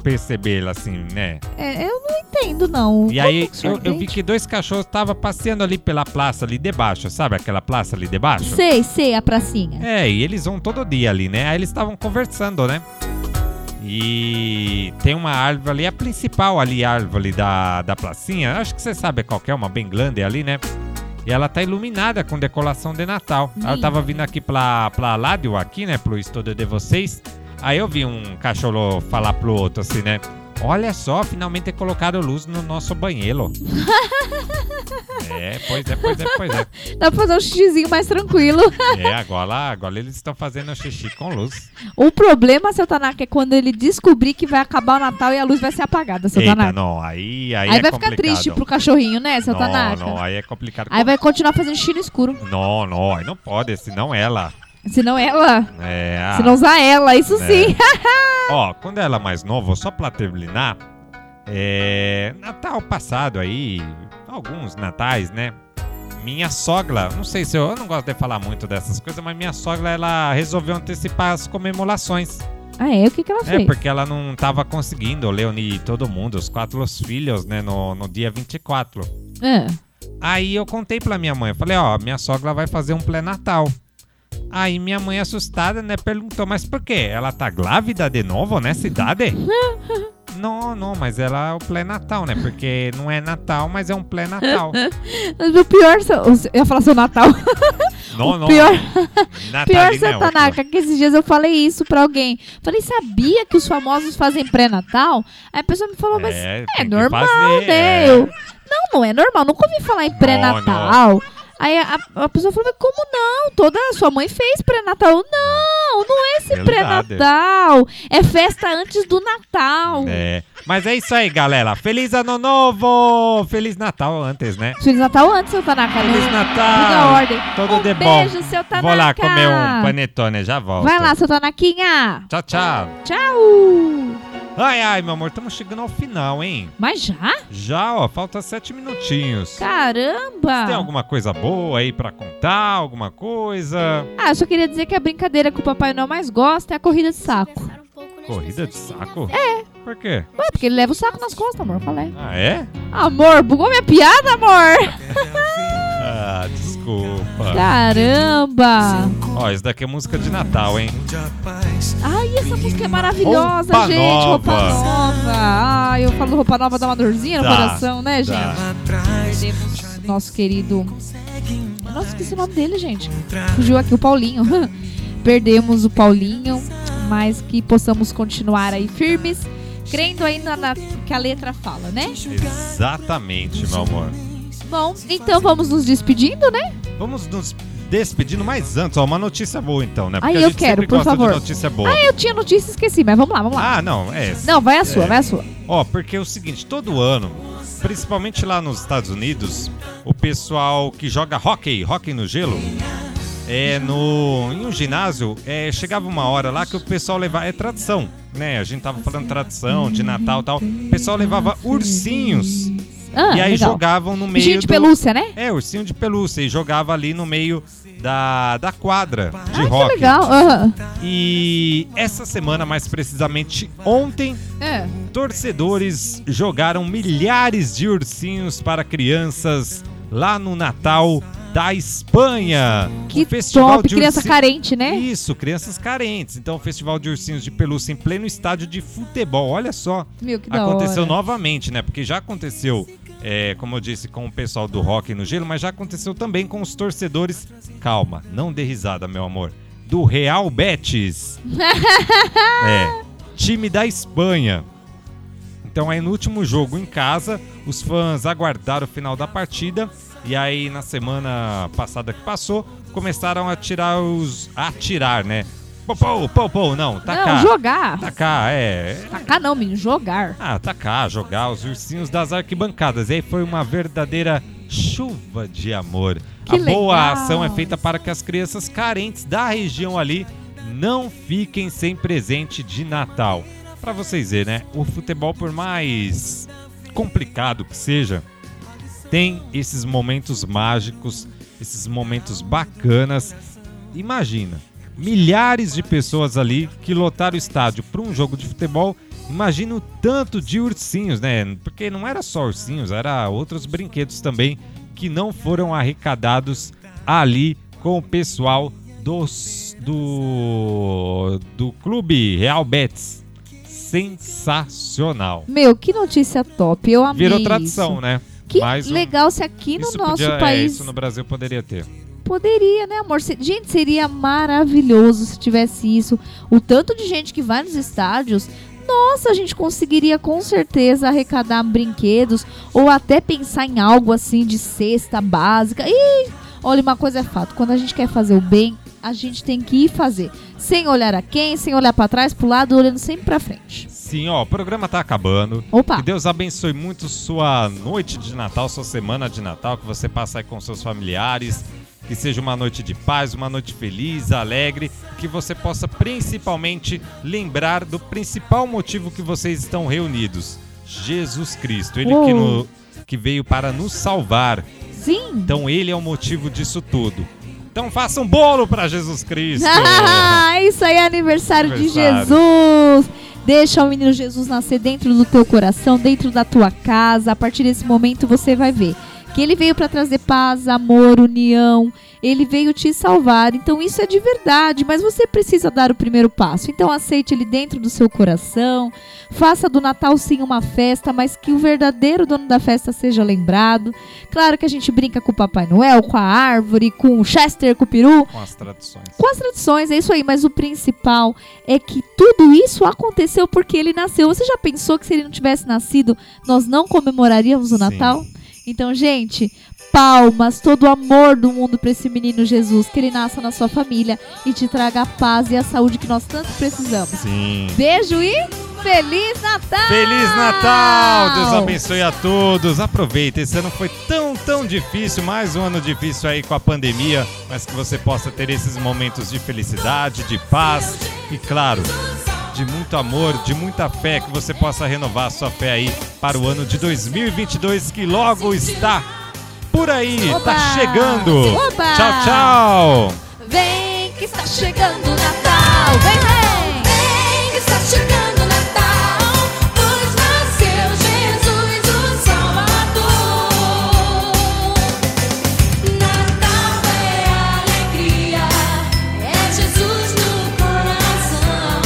Speaker 2: perceber assim, né?
Speaker 3: É, eu não entendo, não.
Speaker 2: E
Speaker 3: Como
Speaker 2: aí
Speaker 3: que o senhor
Speaker 2: eu, eu vi
Speaker 3: entende?
Speaker 2: que dois cachorros estavam passeando ali pela plaça ali debaixo, sabe aquela plaça ali debaixo?
Speaker 3: Sei, sei, a pracinha.
Speaker 2: É, e eles vão todo dia ali, né? Aí eles estavam conversando, né? E tem uma árvore ali, a principal ali, árvore da, da placinha. Acho que você sabe qual que é, uma bem grande ali, né? E ela tá iluminada com decoração de Natal. Aí Eu
Speaker 3: Lindo.
Speaker 2: tava vindo aqui pra, pra Ládio, aqui, né? Pro estúdio de vocês. Aí eu vi um cachorro falar pro outro assim, né? Olha só, finalmente colocaram luz no nosso banheiro. é, pois é, pois é, pois é.
Speaker 3: Dá pra fazer um xixizinho mais tranquilo.
Speaker 2: É, agora, agora eles estão fazendo xixi com luz.
Speaker 3: o problema, seu Tanaka, é quando ele descobrir que vai acabar o Natal e a luz vai ser apagada, seu
Speaker 2: Eita,
Speaker 3: Tanaka.
Speaker 2: não, aí, aí,
Speaker 3: Aí
Speaker 2: é
Speaker 3: vai
Speaker 2: complicado.
Speaker 3: ficar triste pro cachorrinho, né, seu
Speaker 2: não,
Speaker 3: Tanaka?
Speaker 2: não, aí é complicado.
Speaker 3: Aí vai continuar fazendo xixi no escuro.
Speaker 2: Não, não, aí não pode, senão ela.
Speaker 3: Senão ela.
Speaker 2: É, ah,
Speaker 3: Se não usar ela, isso
Speaker 2: né?
Speaker 3: sim.
Speaker 2: Ó, quando ela é mais nova, só pra terminar, é, Natal passado aí, alguns natais, né? Minha sogra, não sei se eu, eu não gosto de falar muito dessas coisas, mas minha sogra, ela resolveu antecipar as comemorações.
Speaker 3: Ah, é? O que, que ela
Speaker 2: É,
Speaker 3: fez?
Speaker 2: porque ela não tava conseguindo reunir todo mundo, os quatro filhos, né, no, no dia 24.
Speaker 3: Ah,
Speaker 2: Aí eu contei pra minha mãe, eu falei, ó, minha sogra vai fazer um pré-natal. Aí minha mãe, assustada, né, perguntou, mas por quê? Ela tá grávida de novo nessa idade? não, não, mas ela é o pré-natal, né, porque não é Natal, mas é um pré-natal.
Speaker 3: Mas o pior, seu- eu ia falar seu Natal.
Speaker 2: não, não,
Speaker 3: pior- Pior, tá
Speaker 2: Natalina é
Speaker 3: seu
Speaker 2: outro.
Speaker 3: Tanaka, que esses dias eu falei isso pra alguém. Falei, sabia que os famosos fazem pré-natal? Aí a pessoa me falou, mas
Speaker 2: É,
Speaker 3: é,
Speaker 2: tem que
Speaker 3: normal,
Speaker 2: fazer,
Speaker 3: né?
Speaker 2: é.
Speaker 3: Eu, não, não é normal, nunca ouvi falar em pré-natal. Aí a, a pessoa falou, mas como não? Toda a sua mãe fez pré-natal. Eu, Não, não é esse
Speaker 2: Verdade.
Speaker 3: pré-natal. É festa antes do Natal.
Speaker 2: É, mas é isso aí, galera. Feliz Ano Novo! Feliz Natal antes, né?
Speaker 3: Feliz Natal antes, seu Tanaka. né?
Speaker 2: Feliz
Speaker 3: Tudo à
Speaker 2: Natal!
Speaker 3: ordem.
Speaker 2: Todo
Speaker 3: um
Speaker 2: de bom.
Speaker 3: beijo, seu Tanaka.
Speaker 2: Vou lá comer um panetone, já volto.
Speaker 3: Vai lá, seu Tanaquinha.
Speaker 2: Tchau, tchau.
Speaker 3: Tchau.
Speaker 2: Ai, ai, meu amor, estamos chegando ao final, hein?
Speaker 3: Mas já?
Speaker 2: Já, ó, falta sete minutinhos.
Speaker 3: Caramba!
Speaker 2: Tem alguma coisa boa aí pra contar? Alguma coisa?
Speaker 3: Ah, eu só queria dizer que a brincadeira que o Papai Noel mais gosta é a corrida de saco.
Speaker 2: Corrida de saco? É. Por quê?
Speaker 3: Ué, porque ele leva o saco nas costas, amor, falei.
Speaker 2: Ah, é?
Speaker 3: Amor, bugou minha piada, amor?
Speaker 2: Ah, desculpa.
Speaker 3: Caramba!
Speaker 2: Ó, isso daqui é música de Natal, hein?
Speaker 3: Ai, essa música é maravilhosa,
Speaker 2: Roupa
Speaker 3: gente! Roupa
Speaker 2: nova.
Speaker 3: nova! Ai, eu falo roupa nova dá uma dorzinha no
Speaker 2: Dá,
Speaker 3: coração, né,
Speaker 2: dá.
Speaker 3: gente? Perdemos nosso querido. Nossa, esqueci o nome dele, gente. Fugiu aqui o Paulinho. Perdemos o Paulinho, mas que possamos continuar aí firmes, crendo ainda na que a letra fala, né?
Speaker 2: Exatamente, meu amor. É
Speaker 3: Bom, então vamos nos despedindo, né?
Speaker 2: Vamos nos despedindo, mas antes, ó, uma notícia boa então, né?
Speaker 3: Ai,
Speaker 2: Porque a
Speaker 3: eu
Speaker 2: gente
Speaker 3: quero,
Speaker 2: sempre
Speaker 3: por
Speaker 2: gosta
Speaker 3: favor.
Speaker 2: de notícia boa.
Speaker 3: Ah, eu tinha notícia e esqueci, mas vamos lá, vamos lá.
Speaker 2: Ah, não, é.
Speaker 3: Não, vai a sua, vai a sua.
Speaker 2: Ó, porque é o seguinte, todo ano, principalmente lá nos Estados Unidos, o pessoal que joga hockey, hockey no gelo, é no em um ginásio, é, chegava uma hora lá que o pessoal levava, é tradição, né? A gente tava falando tradição de Natal, e tal. O pessoal levava ursinhos
Speaker 3: Ah,
Speaker 2: e aí
Speaker 3: legal.
Speaker 2: jogavam no meio
Speaker 3: Bichinho de
Speaker 2: do-
Speaker 3: pelúcia, né?
Speaker 2: É, ursinho de pelúcia e jogava ali no meio da, da quadra de
Speaker 3: ah,
Speaker 2: hockey.
Speaker 3: que legal. aham.
Speaker 2: E essa semana, mais precisamente ontem,
Speaker 3: É.
Speaker 2: torcedores jogaram milhares de ursinhos para crianças lá no Natal da Espanha.
Speaker 3: Que
Speaker 2: O festival
Speaker 3: top,
Speaker 2: de
Speaker 3: criança
Speaker 2: ursi-
Speaker 3: carente, né?
Speaker 2: Isso, crianças carentes. Então, o Festival de Ursinhos de Pelúcia em pleno estádio de futebol. Olha só,
Speaker 3: Meu, que da
Speaker 2: aconteceu
Speaker 3: hora.
Speaker 2: novamente, né? Porque já aconteceu, é, como eu disse, com o pessoal do rock no gelo, mas já aconteceu também com os torcedores. Calma, não dê risada, meu amor. Do Real Betis. é, time da Espanha. Então aí no último jogo em casa, os fãs aguardaram o final da partida e aí na semana passada que passou, começaram a tirar os a atirar, né? Pô, pô, pô, pô, não, tá
Speaker 3: Não,
Speaker 2: tacar.
Speaker 3: jogar.
Speaker 2: Tacar, é,
Speaker 3: Tacar não, menino, jogar.
Speaker 2: ah, atacar, jogar os ursinhos das arquibancadas. E aí foi uma verdadeira chuva de amor.
Speaker 3: Que
Speaker 2: a boa
Speaker 3: legal.
Speaker 2: ação é feita para que as crianças carentes da região ali não fiquem sem presente de Natal. Para vocês verem, né? O futebol, por mais complicado que seja, tem esses momentos mágicos, esses momentos bacanas. Imagina, milhares de pessoas ali que lotaram o estádio para um jogo de futebol. Imagina o tanto de ursinhos, né? Porque não era só ursinhos, era outros brinquedos também que não foram arrecadados ali com o pessoal dos, do, do clube Real Betis. Sensacional.
Speaker 3: Meu, que notícia top. Eu amei
Speaker 2: Virou
Speaker 3: isso.
Speaker 2: tradição, né?
Speaker 3: Que
Speaker 2: Mais um-
Speaker 3: legal se aqui no
Speaker 2: isso
Speaker 3: nosso
Speaker 2: podia- é,
Speaker 3: país
Speaker 2: isso no Brasil poderia ter.
Speaker 3: poderia, né, amor? Se- gente, seria maravilhoso se tivesse isso. O tanto de gente que vai nos estádios. Nossa, a gente conseguiria com certeza arrecadar brinquedos ou até pensar em algo assim de cesta básica. E olha, uma coisa é fato, quando a gente quer fazer o bem, a gente tem que ir fazer, sem olhar a quem, sem olhar pra trás, pro lado, olhando sempre pra frente.
Speaker 2: Sim, ó, o programa tá acabando.
Speaker 3: Opa.
Speaker 2: Que Deus abençoe muito sua noite de Natal, sua semana de Natal, que você passe aí com seus familiares. Que seja uma noite de paz, uma noite feliz, alegre, que você possa principalmente lembrar do principal motivo que vocês estão reunidos: Jesus Cristo, ele que,
Speaker 3: Uou.
Speaker 2: no- que veio para nos salvar.
Speaker 3: Sim.
Speaker 2: Então ele é o motivo disso tudo. Então faça um bolo para Jesus Cristo.
Speaker 3: Ah, isso aí é aniversário,
Speaker 2: Aniversário.
Speaker 3: de Jesus. Deixa o menino Jesus nascer dentro do teu coração, dentro da tua casa. A partir desse momento você vai ver que ele veio para trazer paz, amor, união. Ele veio te salvar. Então isso é de verdade, mas você precisa dar o primeiro passo. Então aceite ele dentro do seu coração. Faça do Natal sim uma festa, mas que o verdadeiro dono da festa seja lembrado. Claro que a gente brinca com o Papai Noel, com a árvore, com o Chester, com o peru,
Speaker 2: com as tradições.
Speaker 3: com as tradições, é isso aí, mas o principal é que tudo isso aconteceu porque ele nasceu. Você já pensou que se ele não tivesse nascido, nós não comemoraríamos o
Speaker 2: Sim.
Speaker 3: Natal? Então, gente, palmas, todo o amor do mundo pra esse menino Jesus, que ele nasça na sua família e te traga a paz e a saúde que nós tanto precisamos.
Speaker 2: Sim.
Speaker 3: Beijo e Feliz Natal!
Speaker 2: Feliz Natal! Deus abençoe a todos. Aproveita, esse ano foi tão, tão difícil, mais um ano difícil aí com a pandemia, mas que você possa ter esses momentos de felicidade, de paz e, claro, de muito amor, de muita fé, que você possa renovar a sua fé aí para o ano de 2022 que logo está por aí,
Speaker 3: Oba!
Speaker 2: está chegando.
Speaker 3: Oba!
Speaker 2: Tchau, tchau!
Speaker 3: Vem que está chegando o Natal! Vem, vem!
Speaker 1: Vem que está chegando o Natal, pois nasceu Jesus o Salvador. Natal é alegria, é Jesus no coração.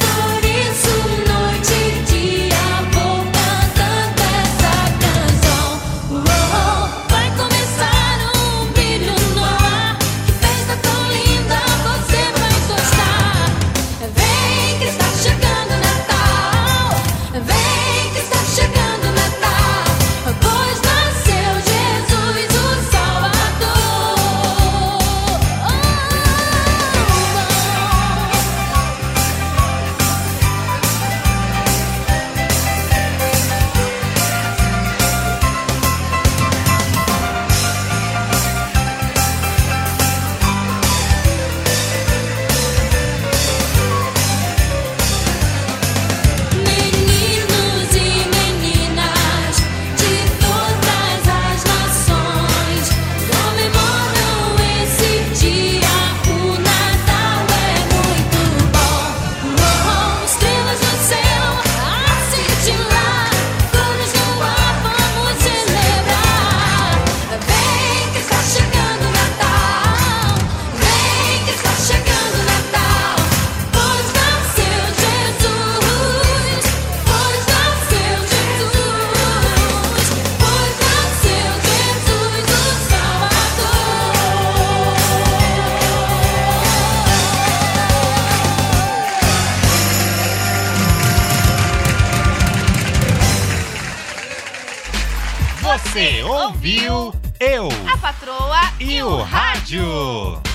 Speaker 1: Por isso noite e dia vou cantando essa canção. Uou, Vai começar é um brilho no ar, que festa tão linda você vai gostar. Ah, é
Speaker 2: Você ouviu eu,
Speaker 5: a patroa
Speaker 2: e o rádio.